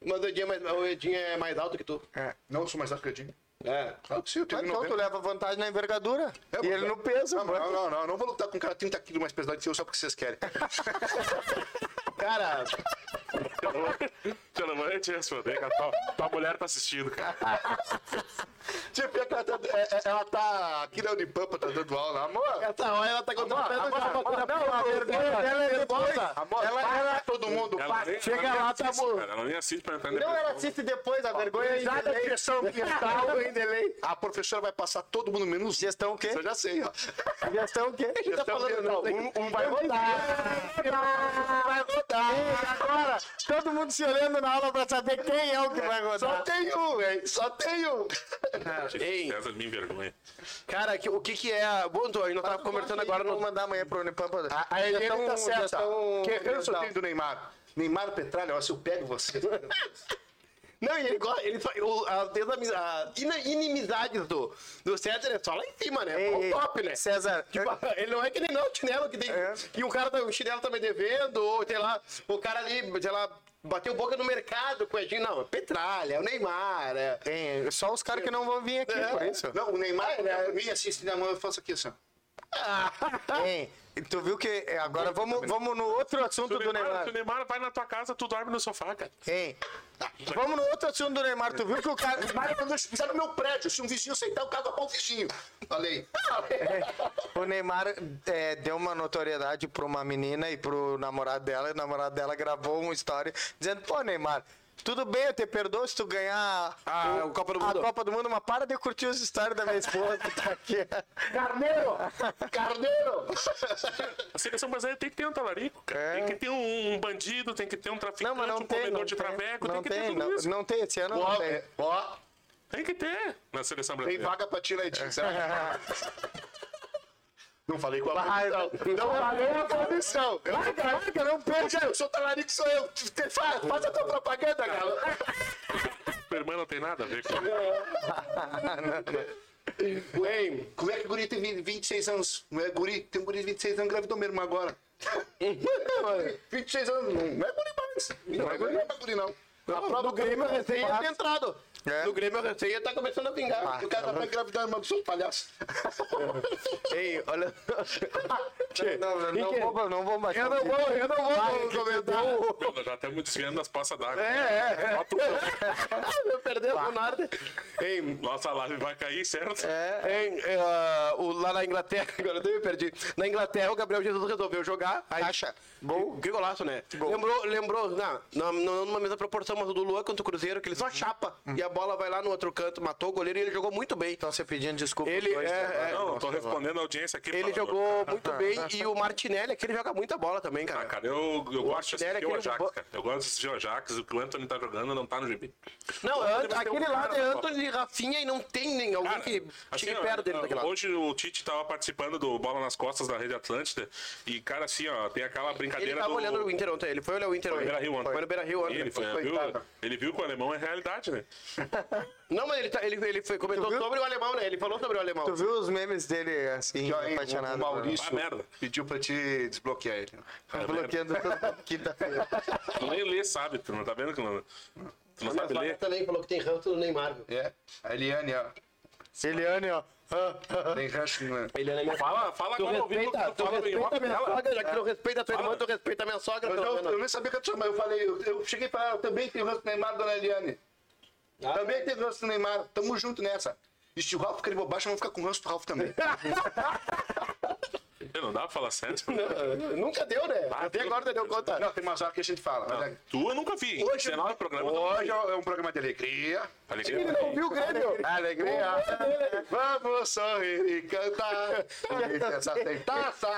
Mas o Edinho, é mais- o Edinho é mais alto que tu.
Não, eu sou mais alto que o Edinho.
É.
Claro que sim, eu tenho
então tu
90.
leva vantagem na envergadura.
É, mas-
e ele no peso.
Não,
mano.
não, não, não, eu não vou lutar com um cara 30 quilos mais pesado que eu só porque vocês querem.
Cara,
Eu não vou te responder, cara. Tua, tua mulher tá assistindo, cara.
Tipo, é que ela tá, é- é- ela tá aqui na Unipampa, tá dando aula, amor.
essa hora ela tá contratando
Amor,
já
amor,
pra cura
Não, a vergonha dela é depois.
Amor,
Ela, ela,
todo mundo,
Ela
passa.
nem-
chega
ela nem
lá,
assiste,
tá bom.
cara. Ela nem assiste pra entrar em
não, ela
depressão.
assiste depois. A vergonha é em
Nada de
delay.
pressão ambiental.
Vergonha em delay.
A professora vai passar todo mundo menos um.
Gestão o quê?
Isso eu já sei, ó.
Gestão o quê? tá
Gestão ambiental. Um, um vai
Vai rodar. E agora, todo mundo se olhando na aula pra saber quem é o que vai
Só
rodar.
tem um, velho. Só tem um.
Ei,
César me envergonha.
cara, que- o que que é... a- Bom, tu, a gente não tava conversando agora,
Vou
não...
mandar amanhã pro Unipampa.
A, a Helena
Gestão-
tá certa.
gestão
Que eu sou
ambiental.
filho do Neymar. Neymar Petralha, ó, se eu pego você.
Não, e ele gosta. Ele só, o, a, tem as ami- a ina- inimizades do, do César é só lá em cima, né?
Ei,
Pau
ei,
top, né?
César,
Tipo, ele não é que nem não, o chinelo que tem.
É.
E um cara, tá- o chinelo tá me devendo, ou sei lá, o cara ali, sei lá, bateu boca no mercado com o Edinho. Não, é Petralha, é o Neymar, é.
tem só os caras que não vão vir aqui,
É,
por isso.
Não, o Neymar, né, eu vim assistir na mão, eu faço aqui assim. ó.
Hein, e tu viu que é, agora vamos, vamos no outro assunto
Se o,
do
Neymar,
Neymar.
se o Neymar vai na tua casa, tu dorme no sofá, cara.
Hein, vamos no outro assunto do Neymar. Tu viu que o cara.
Neymar,
é um
quando eles pisaram no meu prédio, se um vizinho aceitar, eu cago a pau o vizinho. Falei.
O Neymar é, deu uma notoriedade pra uma menina e pro namorado dela. E o namorado dela gravou uma história dizendo: Pô, Neymar, tudo bem, eu te perdoo se tu ganhar
Ah, o Copa do Mundo.
a Copa do Mundo, mas para de curtir as histórias da minha esposa que tá aqui.
Carneiro! Carneiro!
A seleção brasileira tem que ter um talarico, cara.
É.
Tem que ter um, um bandido, tem que ter um traficante,
Não, mas não
um
tem.
comedor
Não
de traveco,
tem,
tem,
não
que
tem,
ter tudo
não,
isso.
não tem. Esse ano não
Ó,
tem.
é, ó,
Tem que ter na seleção
tem
brasileira.
vaga pra tirar Não falei com a
Vai,
então.
produção. Não falei a produção. Eu,
Caraca, não perde.
eu sou talarico, sou eu. Faz, faz a tua propaganda, cara.
Superman não tem nada a ver com
Ué, como é que o guri tem 20 26 anos? Não é guri? Tem um guri de 26 anos, gravidou mesmo agora. 26 anos, não é guri mais. Não é guri, não é guri, não. A prova do Grêmio
Recém
Quatro.
é entrado.
É.
No Grêmio, recém ia tá começando a pingar.
O cara tá engravidando, mas sou palhaço.
Ei, olha.
Não, não, não, vou, não vou mais.
eu não vou
comentar.
Não, nós já estamos desviando das poças d'água.
É, é.
Bota o pão.
Eu perdi o Leonardo. Ei,
Nossa a live vai cair, certo?
É, em, eh, ah, o- lá na Inglaterra, agora eu me perdi. Na Inglaterra, o Gabriel Jesus resolveu jogar. Aí,
Caixa.
Gol. Que golaço, né? Lembrou, lembrou, não, não, não numa mesma proporção, mas o do Luan contra o Cruzeiro, que ele só chapa. E a bola vai lá no outro canto, matou o goleiro e ele jogou muito bem.
Então você pedindo desculpa.
Ele
os dois,
é-
né?
é-
Não, eu tô respondendo a audiência aqui.
Ele
falador.
jogou muito bem. E o Martinelli, aquele joga muita bola também,
Ah,
cara.
cara, eu, eu gosto de assistir
Martinelli
o
aquele bo-
Ajax, cara. Eu gosto de assistir o Ajax. O que o Anthony tá jogando não tá no GB.
Não,
Ele vai ter um
aquele
cara
lado é
na
Antônio e Rafinha e não tem nem alguém
Cara,
que
assim,
chegue
ó,
perto dele
ó,
daquela.
Hoje o Tite tava participando do Bola nas Costas da Rede Atlântida. E, cara, assim, ó, tem aquela brincadeira
Ele tava
do...
olhando o Inter ontem, ele foi olhar o Inter
Foi no
ontem.
Beira Rio ontem.
Foi no Beira Rio ontem.
Ele, foi, viu,
Coitado.
ele viu que o alemão é realidade, né?
Não, mas ele, tá, ele, ele foi, comentou
viu?
sobre o alemão, né? Ele falou sobre o alemão.
Tu viu os memes dele assim,
Já, hein,
apaixonado?
o
por-
Maurício
Ah, merda.
pediu pra te desbloquear ele.
Tá bloqueando toda quinta-feira.
Tu nem lê, sabe? Tu não tá vendo que não... Tu não sabe ler.
também falou que tem ranço no Neymar.
É. A Eliane, ó.
Ciliane, ó.
Tem rancho, né?
Ele é minha
Fala, fala
Tu
agora ao vivo,
respeita, tu
fala em
respeita
off
a minha
dela.
sogra, já que tu não respeita a tua
Fala.
irmã, tu respeita a minha sogra,
Eu,
pelo
não, Então, eu
menos.
nem sabia que eu tinha, mas eu falei, eu, eu cheguei pra ela, também tem ranço do Neymar, dona Eliane. Também tem ranço do Neymar, tamo junto nessa. E se o Ralf ficar de bobagem, eu vou ficar com ranço do Ralf também.
Não dá pra falar sério?
Nunca deu, né?
Ah,
Até
tu-
agora tu deu conta.
Não, tem umas horas que a gente fala. mas é-
Tu eu nunca vi. Hoje, 19 programas. Tá eu nunca
Hoje
vi.
é um programa de alegria.
Alegria.
Viu o Grêmio?
Alegria! Vamos sorrir e cantar! Essa tem taça!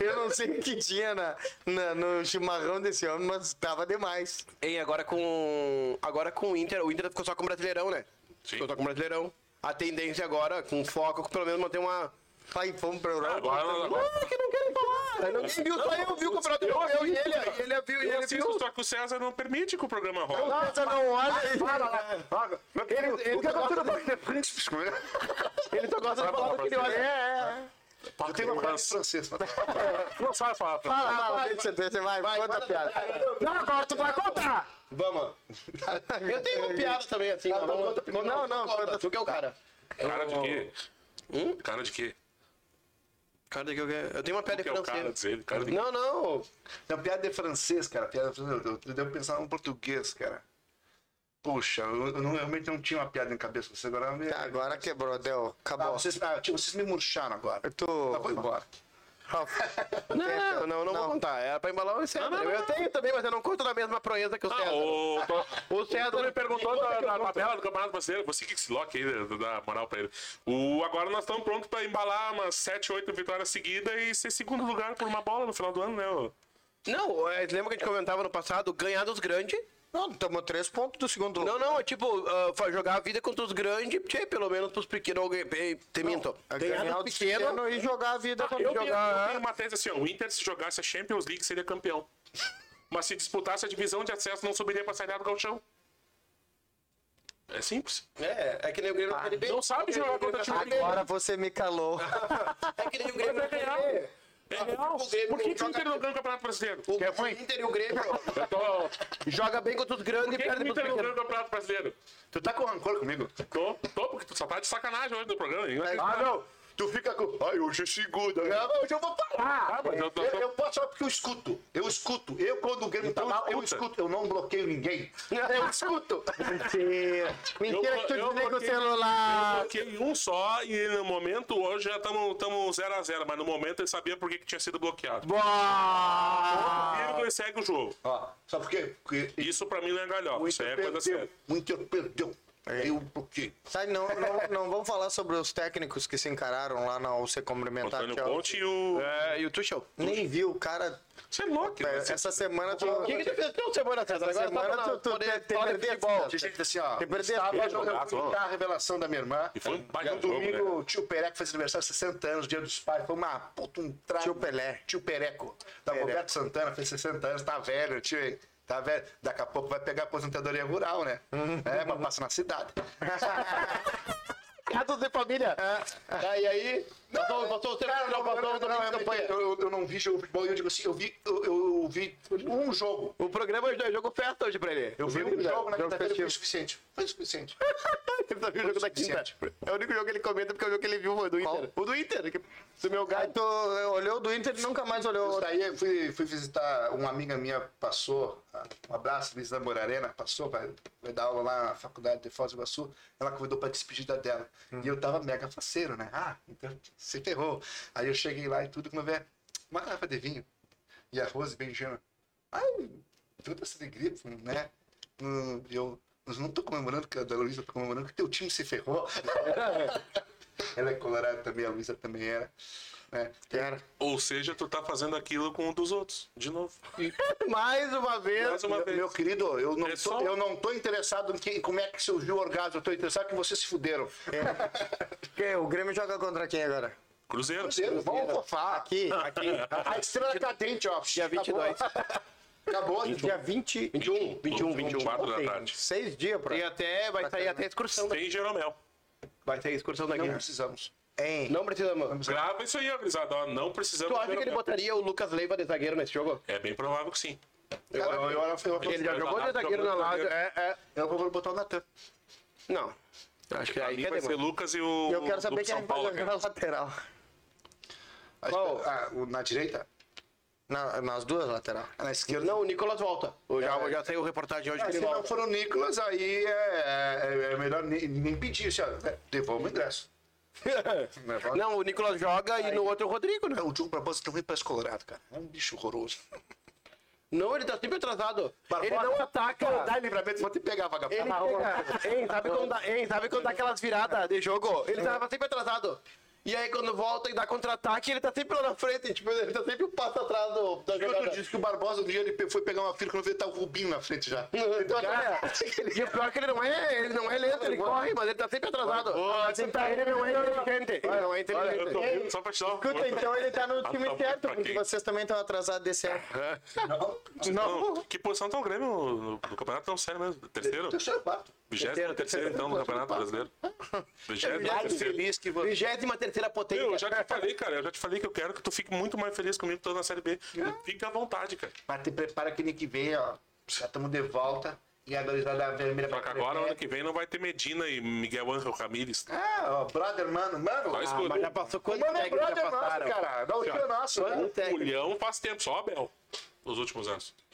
Ei, eu não sei o que tinha na, na- no chimarrão desse homem, mas tava demais.
Ei, agora com. Agora com o Inter. O Inter ficou só com o Brasileirão, né?
Sim.
Ficou só com o Brasileirão. A tendência agora, com foco, pelo menos manter uma.
Pai, fomos pra Europa.
Agora, agora-
Ah, que não querem falar! Ninguém viu, só eu vi o campeonato europeu e ele, e ele viu, e
eu
ele viu.
assisto, só que o César não permite que o programa role.
Nossa, não olha aí.
Ele, ele, só gosta, ele só gosta de falar do que ele olha.
É, é.
Eu tenho uma frase francesa.
Não sabe falar. pra-
Fala, fala, deixa, deixa, vai, conta a piada. Não, agora tu vai contar.
Vamos!
Eu tenho uma piada também, assim. ó, vamos-
Não, não, conta.
Tu que é o cara.
Cara de quê? Hum? Cara de quê?
Cara, que eu, eu tenho uma
O
piada
que é o cara
francesa.
dele? Cara de
Não, não.
Não, piada de francês, cara. Piada de francês. Eu, eu devo pensar em português, cara. Poxa, eu, eu não- realmente não tinha uma piada em cabeça. Você agora me.
Tá, Agora quebrou, deu.
Ah,
tá.
Acabou.
vocês, ah, tio, vocês me murcharam agora.
Eu tô.
Tá, vou embora.
Não, não, não vou contar. Era pra embalar o César. eu tenho também, mas eu não conto da mesma proeza que o César.
Ah, o,
o,
Tu
César
me perguntou da, da tabela do Campeonato Brasileiro, você que se loque aí, dá- dá moral pra ele. O, agora nós estamos prontos pra embalar umas 7, 8 vitórias seguidas e ser segundo lugar por uma bola no final do ano, né? ô?
Não, é, lembra que a gente comentava no passado, ganhar dos grandes?
Não, tomou três pontos do segundo.
Não, não, é tipo, ah, fa- jogar a vida contra os grandes, tchê, pelo menos pros pequenos. alguém- eh, Te minto.
É
Ganhar dos
dos
pequenos.
pequenos e jogar a
Ah,
vida quando
Eu, tenho, eu
jogar.
tenho uma tese assim, ó, o Inter se jogasse a Champions League seria campeão. Mas se disputasse a divisão de acesso, não subiria pra sair do galchão. É simples.
É, é que nem o Grêmio na Série B.
Não sabe jogar contra time de
Agora você me calou.
É que nem o Grêmio na Série B.
É real.
O Grêmio
Por que,
não
que o
joga-
Inter não ganha o Campeonato Brasileiro?
O
Por
o Inter e o Grêmio joga bem contra os grandes e
que, que
perde
o
contra
Inter não
os
ganha
pequenos.
o Campeonato Brasileiro?
Tu tá com rancor comigo?
Tô, tô, porque tu só tá de sacanagem hoje no programa. hein?
É.
Ah, não. Tu fica com. Ai, hoje é segunda. Não, hoje eu vou falar.
Ah, mas eu tô-
eu, eu posso falar porque eu escuto. Eu escuto. Eu, quando o Grêmio tá
Então
mal, eu
escuta. É.
escuto. Eu não bloqueio ninguém. Eu escuto.
Mentira. Mentira que tu
eu
desliga o
bloqueei- Eu
celular.
bloqueei um só e no momento, hoje já estamos 0x0, mas no momento ele sabia por que, que tinha sido bloqueado.
Boa!
Vírgula e segue o jogo.
Ó, sabe por quê? Porque
Isso pra mim não é galhofa,
o
isso aí é
Inter
coisa
perdeu.
séria.
O Inter perdeu.
É.
Eu bloqueei.
Sabe, não, não, não vamos falar sobre os técnicos que se encararam lá na UC complementar.
Antônio
que é o-
Ponte e o.
É, e o Tuchel.
Nem viu, cara.
Você é louco, né?
Essa semana tu.
O que que tu fez tão semana atrás? Agora
semana
tá falando,
tu- tu
poder-
te- te
poder
perdeu,
futebol.
cara.
Tinha gente assim, ó.
Tem que perder
estava
a
jogando-
é jogaço,
fui
ó.
dar a revelação da minha irmã.
E foi um baita
E no
jogo,
domingo,
né?
o tio Pereco fez aniversário 60 anos, dia dos pais. Foi uma puta, um trago.
Tio Pelé.
Tio Pereco. Da
Pereco.
Roberto Santana, fez 60 anos, tá velho, o tio. hein? Tá velho. Daqui a pouco vai pegar a aposentadoria rural, né? É, mas passa na cidade.
Casa de família. Tá,
Daí aí. É. Não,
Passou- passou o tempo,
cara,
não,
não,
passou
não,
o
não,
domingo
não,
de
é porque
campanha.
eu, eu não vi jogo de futebol, eu digo assim, eu vi, eu, eu vi um jogo.
O programa hoje é jogo festa hoje pra ele.
Eu vi um
né?
jogo na
Jogo
quinta-feira e foi
festivo.
suficiente. Foi suficiente.
Ele só viu o jogo da quinta. É o único jogo que ele comenta porque é o jogo que ele viu foi do Inter. O do Inter. que- Do meu
Aí
gato.
tu olhou do Inter e nunca mais olhou.
Isso daí eu fui, fui visitar uma amiga minha, passou, um abraço, Luiz da Morarena, passou, vai, vai dar aula lá na faculdade de Foz do Iguaçu, ela convidou pra despedida dela. E eu tava mega faceiro, né? Ah, então se ferrou. Aí eu cheguei lá e tudo, como vê, uma garrafa de vinho. E a Rose bem ingênua. Ai, toda essa alegria, né? Hum, E eu, mas não tô comemorando que a da Luísa tô comemorando que teu time se ferrou. ela é colorada também, a Luísa também era. Né?
Cara.
Ou seja, tu tá fazendo aquilo com um dos outros, de novo.
Mais uma vez.
Mais uma
meu,
vez.
meu querido, eu não,
É
tô,
só-
eu não tô interessado em que- como é que surgiu o orgasmo, eu tô interessado que vocês se fuderam. É.
Que, o Grêmio joga contra quem agora?
Cruzeiro.
Cruzeiro, vamos fofar.
Aqui, aqui.
É,
A estrela
tá
cadente, ó.
Dia 22.
Acabou.
Dia 20.
21, 21, 21.
24 da
Tem
tarde.
seis dias pra.
Tem até, um. vai sair até a excursão daqui.
Tem Jeromel.
Vai sair a excursão daqui.
Não precisamos.
Hein?
Não precisamos.
Grava isso aí, ó, gurizada. ó, Não precisamos.
Tu
de
acha que ele
Jeromel.
botaria o Lucas Leiva de zagueiro nesse jogo?
É bem provável que sim.
Eu, eu, eu, eu, eu,
Ele já
Mas
jogou
lá,
de zagueiro na
jogou de
Lazio. É,
zagueiro.
é.
eu vou botar o Natan.
Não. Acho que aí
Ali
que é
vai ser
demais.
Lucas e o.
Eu quero
do
saber quem
São
é que vai
Paulo.
jogar
cara.
na
né?
lateral.
Acho que-
Qual?
ah, o- na direita?
Na- nas duas lateral.
Ah, Na esquerda?
Não, o Nicolas volta. Eu já,
É.
eu já saiu reportagem hoje
Ah,
que
se
ele
não
volta.
for o Nicolas, aí é, é- é melhor nem, nem pedir. Assim, ó, é, devolva o ingresso.
Não, o Nicolas joga e no outro o Rodrigo, né?
É, o Diogo Barbosa não vem pra esse Colorado, cara. É um bicho horroroso.
Não, ele tá sempre atrasado.
Barbosa.
Ele não ataca. Tá
Dá livramento, vou te pegar, vagabundo.
Ele pega. Hein, sabe quando dá, hein, sabe quando dá aquelas viradas de jogo? Ele tava sempre atrasado. E aí quando volta e dá contra-ataque, ele tá sempre lá na frente. Tipo, ele tá sempre um passo atrás do, da
Porque outro
jogada.
disse que o Barbosa, um dia ele pe- foi pegar uma fila, quando vê, tá o Rubinho na frente já. Então,
Cara,
atrás-
e o pior é que ele não é, ele não é lento, ele corre, mas ele tá sempre atrasado. Assim, tá, ele não é inteligente. Ele não é
Eu tô
inteligente.
ouvindo só pra te dar um-
Escuta, então ele tá no
Ah,
time
tá,
certo,
pra
porque
quem?
vocês também estão atrasados desse ano. Tá
Não, que posição tá o Grêmio no, no campeonato tão sério mesmo? Terceiro?
Terceiro quarto.
Vigésimo terceiro, então, no campeonato brasileiro. Vigésimo terceiro.
que você.
23 terceira potência.
Eu já te falei, cara, eu já te falei que eu quero que tu fique muito mais feliz comigo que tu tá na Série B. Fica à vontade, cara.
Mas te prepara que ano que vem, ó. Já estamos de volta. E a gurizada vermelha
Só que
pra
agora, ano que vem, não vai ter Medina e Miguel Angel Ramírez.
Ah, ó, brother, mano. Mano,
Só
ah,
escuta.
Mas já passou quantos
mano é
técnicos
brother
já
nosso,
passaram?
cara. Da
Assim,
última
ó,
nossa,
quantos
né?
O
técnicos?
Leão faz tempo, só o Abel. Nos últimos anos.
né?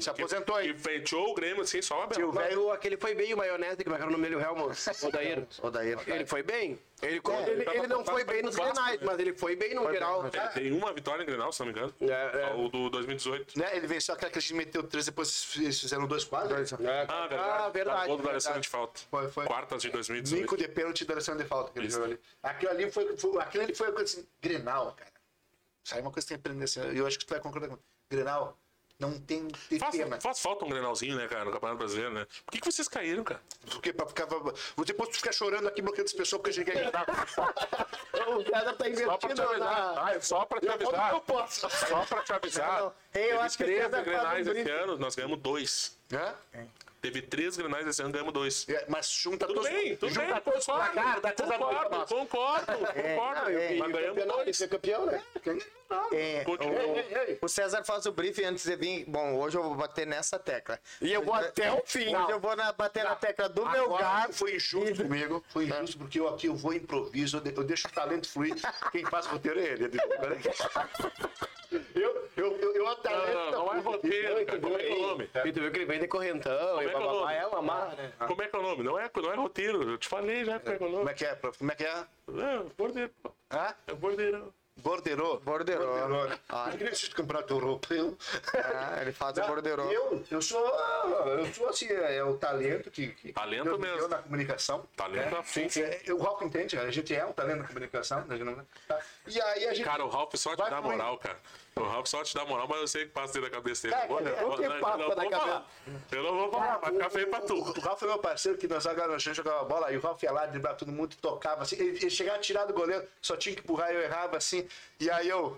Se aposentou aí.
E fechou o Grêmio, assim, só o Abel.
O velho, aquele foi bem, o maionese, como é que era o nome dele, o Helmo, o Daír.
Ô, daí.
Ele foi bem. Ele, ele, ele não foi bem nos finais, mas ele foi bem no geral.
Ele tem uma vitória em Grenal, se não me engano.
É, é.
O do 2018.
Né? Ele venceu aquela que a gente meteu três, depois eles fizeram dois quadros.
Ah, verdade.
Ah, verdade.
O gol do
verdade.
Alessandro de falta.
Foi, foi.
Quartas de 2018.
Nico de pênalti da Alessandro de falta, aquele
Isso.
jogo ali. Aquilo ali foi, foi, aquilo ali foi uma coisa assim, Grenal, cara. Isso aí é uma coisa que tem que aprender assim. Eu acho que tu vai concordar comigo. Grenal não tem tem
Faz,
pena.
faz falta um grenalzinho, né, cara, no Campeonato Brasileiro, né? Por que, que vocês caíram, cara?
Porque pra ficar. Depois tu ficar chorando aqui bloqueando as pessoas porque a gente quer gritar.
O César tá investindo na...
só pra te avisar.
Eu posso.
Só pra te avisar.
Não, não. Eu
Teve
acho que o
três
César faz um
grenais esse
briefing.
ano, nós ganhamos dois.
Hã?
Teve três grenais esse ano, ganhamos dois.
É, mas junta
Tudo
todos-
bem, tudo
junta
bem.
todos pra cá, dá três a dois pra
concordo,
nós.
concordo, concordo.
não, é,
E
mas
o
ganhamos
campeonato,
dois.
esse é campeão, né? Quem- não.
É,
Continua.
o-
Ei, ei, ei.
O César faz o briefing antes de vir. Bom, hoje eu vou bater nessa tecla.
E eu vou até o fim.
Hoje eu vou na- bater na tecla do meu
Agora,
gato.
Foi injusto comigo, foi
Tá.
injusto, porque eu aqui eu vou improviso, eu de- eu deixo o talento fluir. Quem faz roteiro é ele. Eu, eu, eu, eu atalento.
Não, não, não é roteiro, cara, como é que é o nome?
E tu viu que ele vem de correntão, e
é que é o
bababá,
nome?
é uma marra, né?
Como é que é o nome? Não é, não é roteiro, eu te falei já como é que é o
Como
nome.
é que é, prof? Como é que é?
É, bordeiro.
Hã?
É bordeiro.
Borderô.
Borderô.
né? Eu queria assistir o campeonato europeu.
É,
Ah, ele faz o borderô.
Eu, eu sou, eu sou assim, é, é o talento que, que
Talento
Deus me
mesmo.
deu na comunicação.
Talento
né?
a full.
É, é, O Ralph entende, cara, a gente é um talento na comunicação. né? Tá. E aí a gente...
Cara, o Ralph só te
Vai
dá
fluindo.
moral, cara. O Ralph só te dá moral, mas eu sei que passa dentro da cabeça dele.
Cara,
Agora, né?
é o que
eu,
passa
não vou
na cabeça.
falar. Eu não vou falar, vai ficar feio pra
O,
tu.
o Ralf é meu parceiro que nós agora nós jogava bola e o Ralf ia lá, driblar todo mundo, tocava assim. Ele, ele chegava a tirar do goleiro, só tinha que empurrar, eu errava assim. E aí eu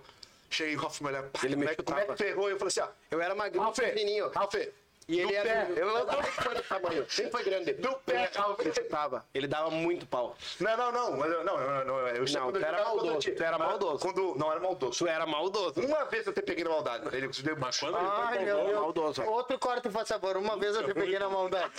cheguei, o Ralf me olhava, pá,
Ele me
como, é, que- como é que
chutava.
tu errou? Eu falei assim, ó,
Eu era magrinho,
Ralf,
pequenininho.
Ralf,
E ele é
do
era.
pé.
Ele não não foi do tamanho, sempre foi grande.
Do pé, Ralf.
Ele tava. Ele dava muito pau.
Não, não, não, mas eu- não, eu- não, eu, eu sei
Não,
quando eu
tu era
jogava, quando eu
maldoso,
tinha-
tu era
mas
maldoso.
Quando, não era maldoso.
Tu era maldoso.
Uma vez eu te peguei na maldade. Ele conseguiu
Mas quando ele
Ai,
foi
meu
bom,
é
Deus.
maldoso.
Outro corte, por favor. Uma vez eu te peguei na maldade.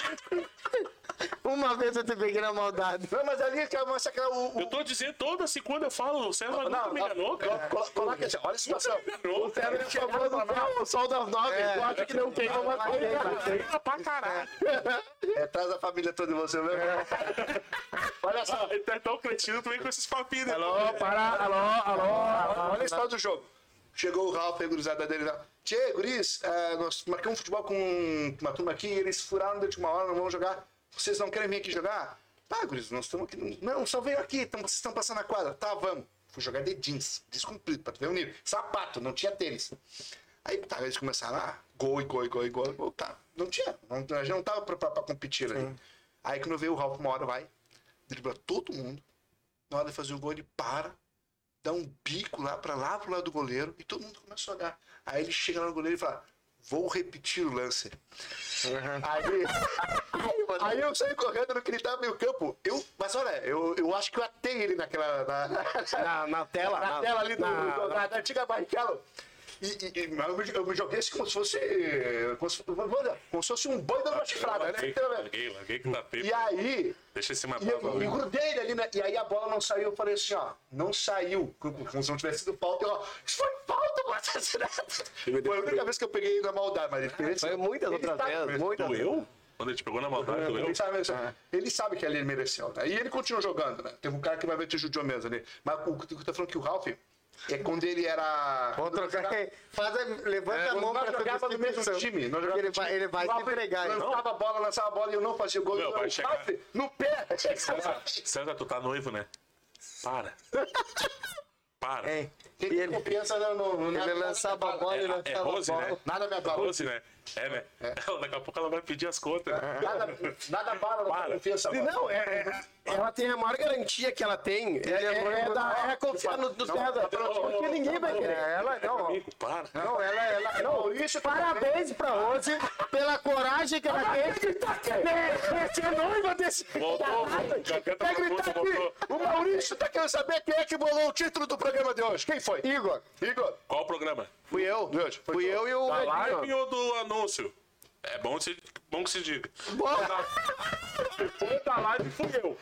Uma vez eu te peguei na maldade.
Não, mas ali é que mostra aquela. O, o-
Eu tô dizendo toda segunda, eu falo, o César
Não,
nunca me
não,
enganou,
colo-
cara.
colo- Coloca assim, olha a situação.
enganou, cara.
Ele chegava no carro, o sol das nove,
É.
tu acha que não tem uma
Vai ter, vai ter.
Engana pra caralho.
É, traz a família toda de você mesmo. Olha só.
Ele tá tão cretino, tu vem com esses papinhos. né?
para, alô, alô. Olha a história do jogo. Chegou o Ralf, a gurizada dele lá. Tchê, guris, é, nós marcamos futebol com uma turma aqui, eles furaram de última hora, não vão jogar. Vocês não querem vir aqui jogar? Tá, guris, nós estamos aqui. Não, só veio aqui, tamo- vocês estão passando a quadra. Tá, vamos. Fui jogar de jeans, descumprido, pra tu ver o nível. Sapato, não tinha tênis. Aí tá, eles começaram, ah, gol, e gol, e gol, e gol, e gol. Tá, não tinha, não, a gente não tava pra, pra, pra competir ali. Aí quando veio o Ralf, uma hora vai, dribla todo mundo, na hora de fazer o gol, ele para, dá um bico lá pra lá pro lado do goleiro e todo mundo começa a olhar. Aí ele chega lá no goleiro e fala: Vou repetir o lance. Aí, aí eu saí correndo, não queria estar meio campo. Eu, mas olha, eu, eu acho que eu atei ele naquela. Na,
Na, na tela.
na tela ali do, do- da, da antiga Barrichello. E, e- e- mas eu, me, eu me joguei assim como se fosse. Como se, como se fosse um boi dando uma chifrada, né?
Larguei, larguei, larguei que tá feio.
E aí,
Deixa esse
e
matar.
eu, eu
mano.
grudei ele ali, né? E aí a bola não saiu. Eu falei assim, ó, não saiu. Como como se não tivesse sido falta. Eu, ó, isso foi falta, mas Foi a única vez que eu peguei na maldade, mas ele
Foi muitas
ele
outras
sabe
vezes,
mesmo.
muitas.
Doeu? Quando ele te pegou na maldade, doeu?
Ele sabe, ele sabe que ali ele mereceu, né? E ele continua jogando, né? Teve um cara que vai ver te judiou mesmo ali. Mas o que eu tô falando que o Ralph é quando ele era.
Vou trocar. Faz a- levanta
É,
a mão
nós
pra tu
jogava no mesmo
substituição.
time. Nós jogava
Ele
no time.
vai, ele vai
O
te
Ralf
entregar. hein?
Lançava a bola, lançava a bola e eu não fazia o gol.
Meu,
Eu-
vai chegar.
Ralph, No pé!
César, César, tu tá noivo, né? Para. Para.
É. E
Ele
ele,
compensa no, no, no
ele lançava a bola,
É,
ele
é
lançava a
Rose, né?
bola.
Nada me abala.
Doce, né? É, né? Ela, daqui a pouco ela vai pedir as contas. né?
Nada, nada bala na
Para.
confiança.
E
mano.
Não, é, é- ela tem a maior garantia que ela tem. É, é, é da- é confiar no, no César. Porque ninguém vai querer.
Ela não,
Amigo, para.
não, ela, ela, não.
Isso que-
Parabéns pra Rose pela coragem que ela teve. Você é noiva desse.
Voltou. Garganta
Vai gritar
profunda, voltou.
aqui. O Maurício tá querendo saber quem é que bolou o título do programa de hoje. Quem foi?
Igor,
Igor.
Qual o programa?
Fui eu.
Deus, foi
Fui
tu.
eu e o.
Tá lá,
Edinho.
ó.
E o do anúncio? É bom, se, bom que se diga. Foi da live, fui eu.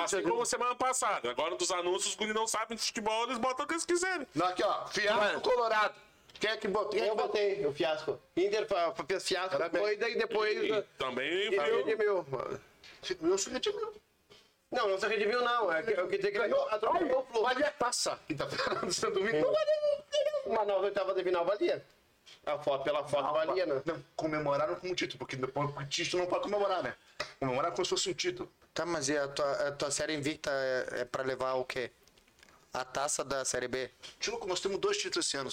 Assim como semana passada. Agora dos anúncios, os guri não sabem de futebol, eles botam o que eles quiserem.
Não, aqui, ó. Fiasco
Mano.
Colorado. Quem é que botou? Quem é
Eu
que botou?
botei o fiasco. Inter fa- fa- fez fiasco.
Parabéns.
Foi, daí depois.
E também
E
foi
é
redimiu.
Eu sou redimido.
Não, não se redimiu, não. É que- Eu queria dizer que ele atropelou o Flu.
Valia a taça. Quinta-feira do Santo Domingo.
Não
Não valia.
valia. Mas na oitava de final valia. A foto, pela foto valia, né?
Não, comemoraram com o título, porque o título não pode comemorar, né? Comemorar como se fosse um título.
tá, mas e a tua, a tua série invicta é, é pra levar o quê? A taça da série B?
Tio, nós temos dois títulos esse ano.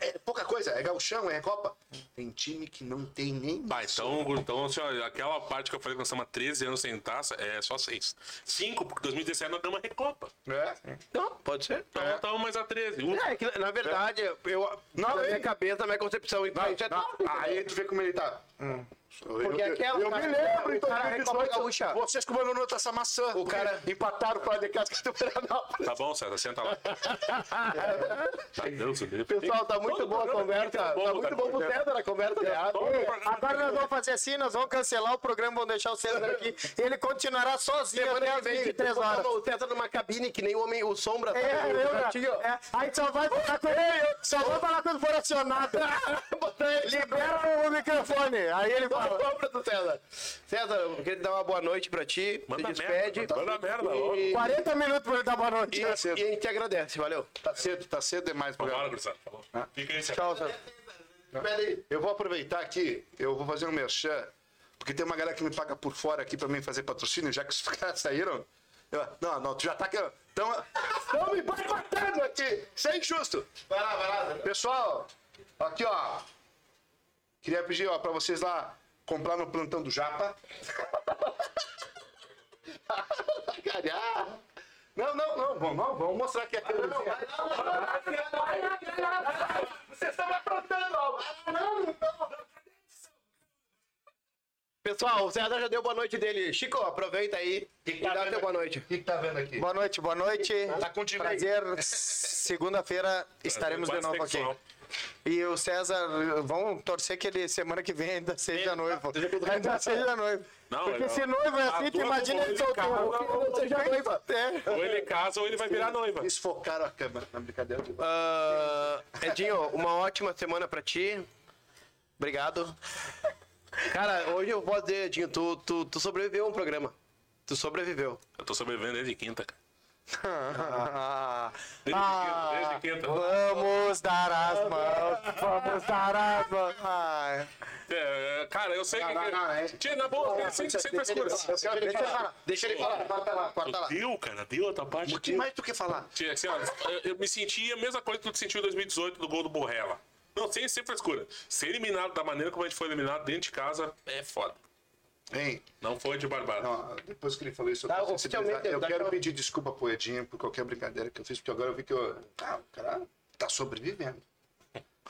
É pouca coisa, é gauchão, é Copa. Tem time que não tem nem.
Tá, então, então assim, ó, aquela parte que eu falei que nós estamos há 13 anos sem taça, é só 6. 5, porque 2017 nós ganhamos a Recopa.
É?
Não, pode ser.
Então nós estamos mais a 13. Um-
É, que, na verdade, eu, na
Não, é
minha
hein?
cabeça, na minha concepção, então isso é top, cara.
Aí tu vê como ele tá.
Porque
eu,
aquela,
eu
cara,
me lembro,
o
então,
cara Recopa Gaúcha.
vocês que mandam nota essa maçã. O
cara-
empataram para de casa do Florianópolis.
Tá bom, César, senta lá. Ai, Deus, Deus.
Pessoal, tá muito boa a conversa. Tá muito bom pro César a conversa. né?
Agora nós vamos fazer assim, nós vamos cancelar o programa, vamos deixar o César aqui. Ele continuará sozinho até as 23 horas.
O César numa cabine que nem o homem, o sombra. tá
É,
sabe?
eu, né?
Tinha, ó.
É, aí só vai falar quando, só vai falar quando for acionado. Libera o microfone, aí ele fala.
Sombra do César. César, eu queria te dar uma boa noite pra ti.
Manda
te despede.
merda, manda merda, ó.
E,
40 minutos pra ele dar boa noite.
e, e a gente te agradece, valeu.
Tá cedo, tá cedo demais pra
Bora,
galera.
gurizada. tá
Ah.
Fica aí, César.
Tchau, César.
Eu vou aproveitar aqui, eu vou fazer um merchan, porque tem uma galera que me paga por fora aqui pra mim fazer patrocínio, já que os caras saíram. Eu- não, não, tu já tá aqui. Estão me boicotando aqui! Isso é injusto! Vai lá, vai lá. Pessoal, aqui ó. Queria pedir ó, pra vocês lá comprar no plantão do Japa. Sacanear. Não, não, não, vamos, vamos, vamos mostrar aqui a câmera. Vocês estão me aprontando, ó.
Pessoal, o César já deu boa noite dele. Chico, aproveita aí e dá teu boa noite.
O que que tá vendo aqui?
Boa noite, boa noite.
Tá com o time aí.
Prazer. Segunda-feira estaremos de novo aqui.
Bissexual.
E o César, vamos torcer que ele semana que vem ainda seja noivo. Ainda seja noivo.
Não,
Porque
legal.
se noivo é assim,
A
tu
tua
imagina ele
companhia de
solteiro.
carro,
Não seja noiva. É.
Ou ele casa ou ele vai virar noiva.
Eles focaram a câmera. Não, brincadeira.
Ah, Edinho, uma ótima semana pra ti. Obrigado. Cara, hoje eu vou dizer, Edinho, tu, tu, tu sobreviveu a um programa. Tu sobreviveu.
Eu tô sobrevivendo desde quinta, cara.
Ah,
Desde quinta, desde
Ah.
quinta.
vamos dar as mãos. Vamos dar as mãos. Ai.
É, cara, eu sei
Não,
que.
não, não, é-
Tira, na boa, assim cara, sem, sem frescura.
Deixa ele falar. Deixa ele falar. Corta lá, corta Tá lá.
Deu, cara, deu a tua parte.
O que mais tu quer falar?
Tinha, assim, ó, eu, eu me senti a mesma coisa que tu sentiu em 2018 do gol do Borrella. Não, sem ser frescura. Ser eliminado da maneira como a gente foi eliminado dentro de casa é foda.
Hein?
Não foi de barbado.
Não, depois que ele falou isso, eu,
Tá,
tô
oficialmente,
sensibilizado. eu
tá
quero
com-
pedir desculpa pro Edinho por qualquer brincadeira que eu fiz, porque agora eu vi que eu. Ah, o cara tá sobrevivendo.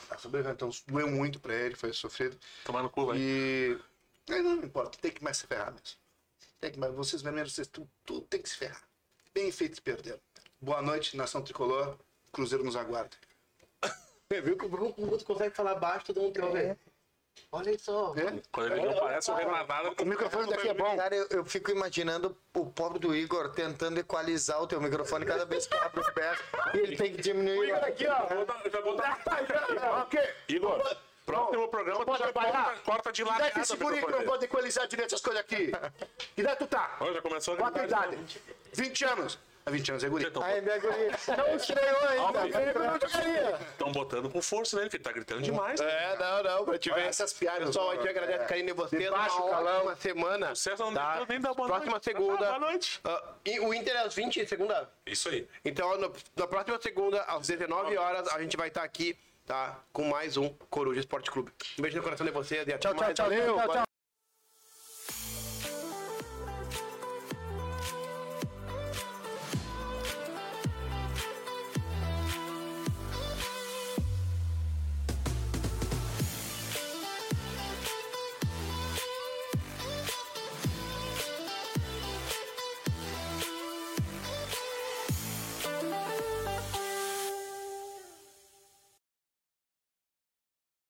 Tá sobrevivendo. Então doeu muito pra ele, foi sofrido.
Tomar no cu, vai.
E. Aí não importa, tem que mais se ferrar mesmo. Tem que mais. Vocês vermelhos, vocês tudo, tudo tem que se ferrar. Bem feito e perderam. Boa noite, Nação Tricolor. Cruzeiro nos aguarda.
Viu que o Bruno Guto consegue falar baixo, todo mundo quer ouvir. Olha só.
É?
Quando ele não parece um rematado,
O microfone daqui é bom.
Cara, eu, eu fico imaginando o pobre do Igor tentando equalizar o teu microfone cada vez que abre os pés. E ele tem que diminuir.
Já vou dar- um já vou dar- Igor, próximo programa tu já corta, corta de
Dá
largada.
esse guri que
microfone
não
dele.
pode equalizar direito as coisas aqui. Que idade tu tá?
Ó, já começou a
Qual a tua
gritar.
idade? 20 anos. Ah, 20 anos é guri.
Então,
Aí, minha guria. Não estreou ainda.
Alves.
Vem pra jogaria.
Estão botando com força, né? Porque ele tá
Uhum.
gritando demais.
É, não, não, pra te ver.
essas piadas,
Pessoal, a
mano.
gente agradece,
É.
Karine, e você.
De baixo,
uma
calão.
ótima semana.
César não
tá?
deu nem dar boa
Próxima
noite.
segunda.
Ah, boa noite.
Ah, e o Inter às 20, segunda.
É Isso aí.
Então, no- na próxima segunda, às 19 horas, a gente vai estar aqui, tá? Com mais um Coruja Esporte Clube. Um beijo no coração de vocês e até
Tchau, tchau,
mais.
tchau. tchau, tchau.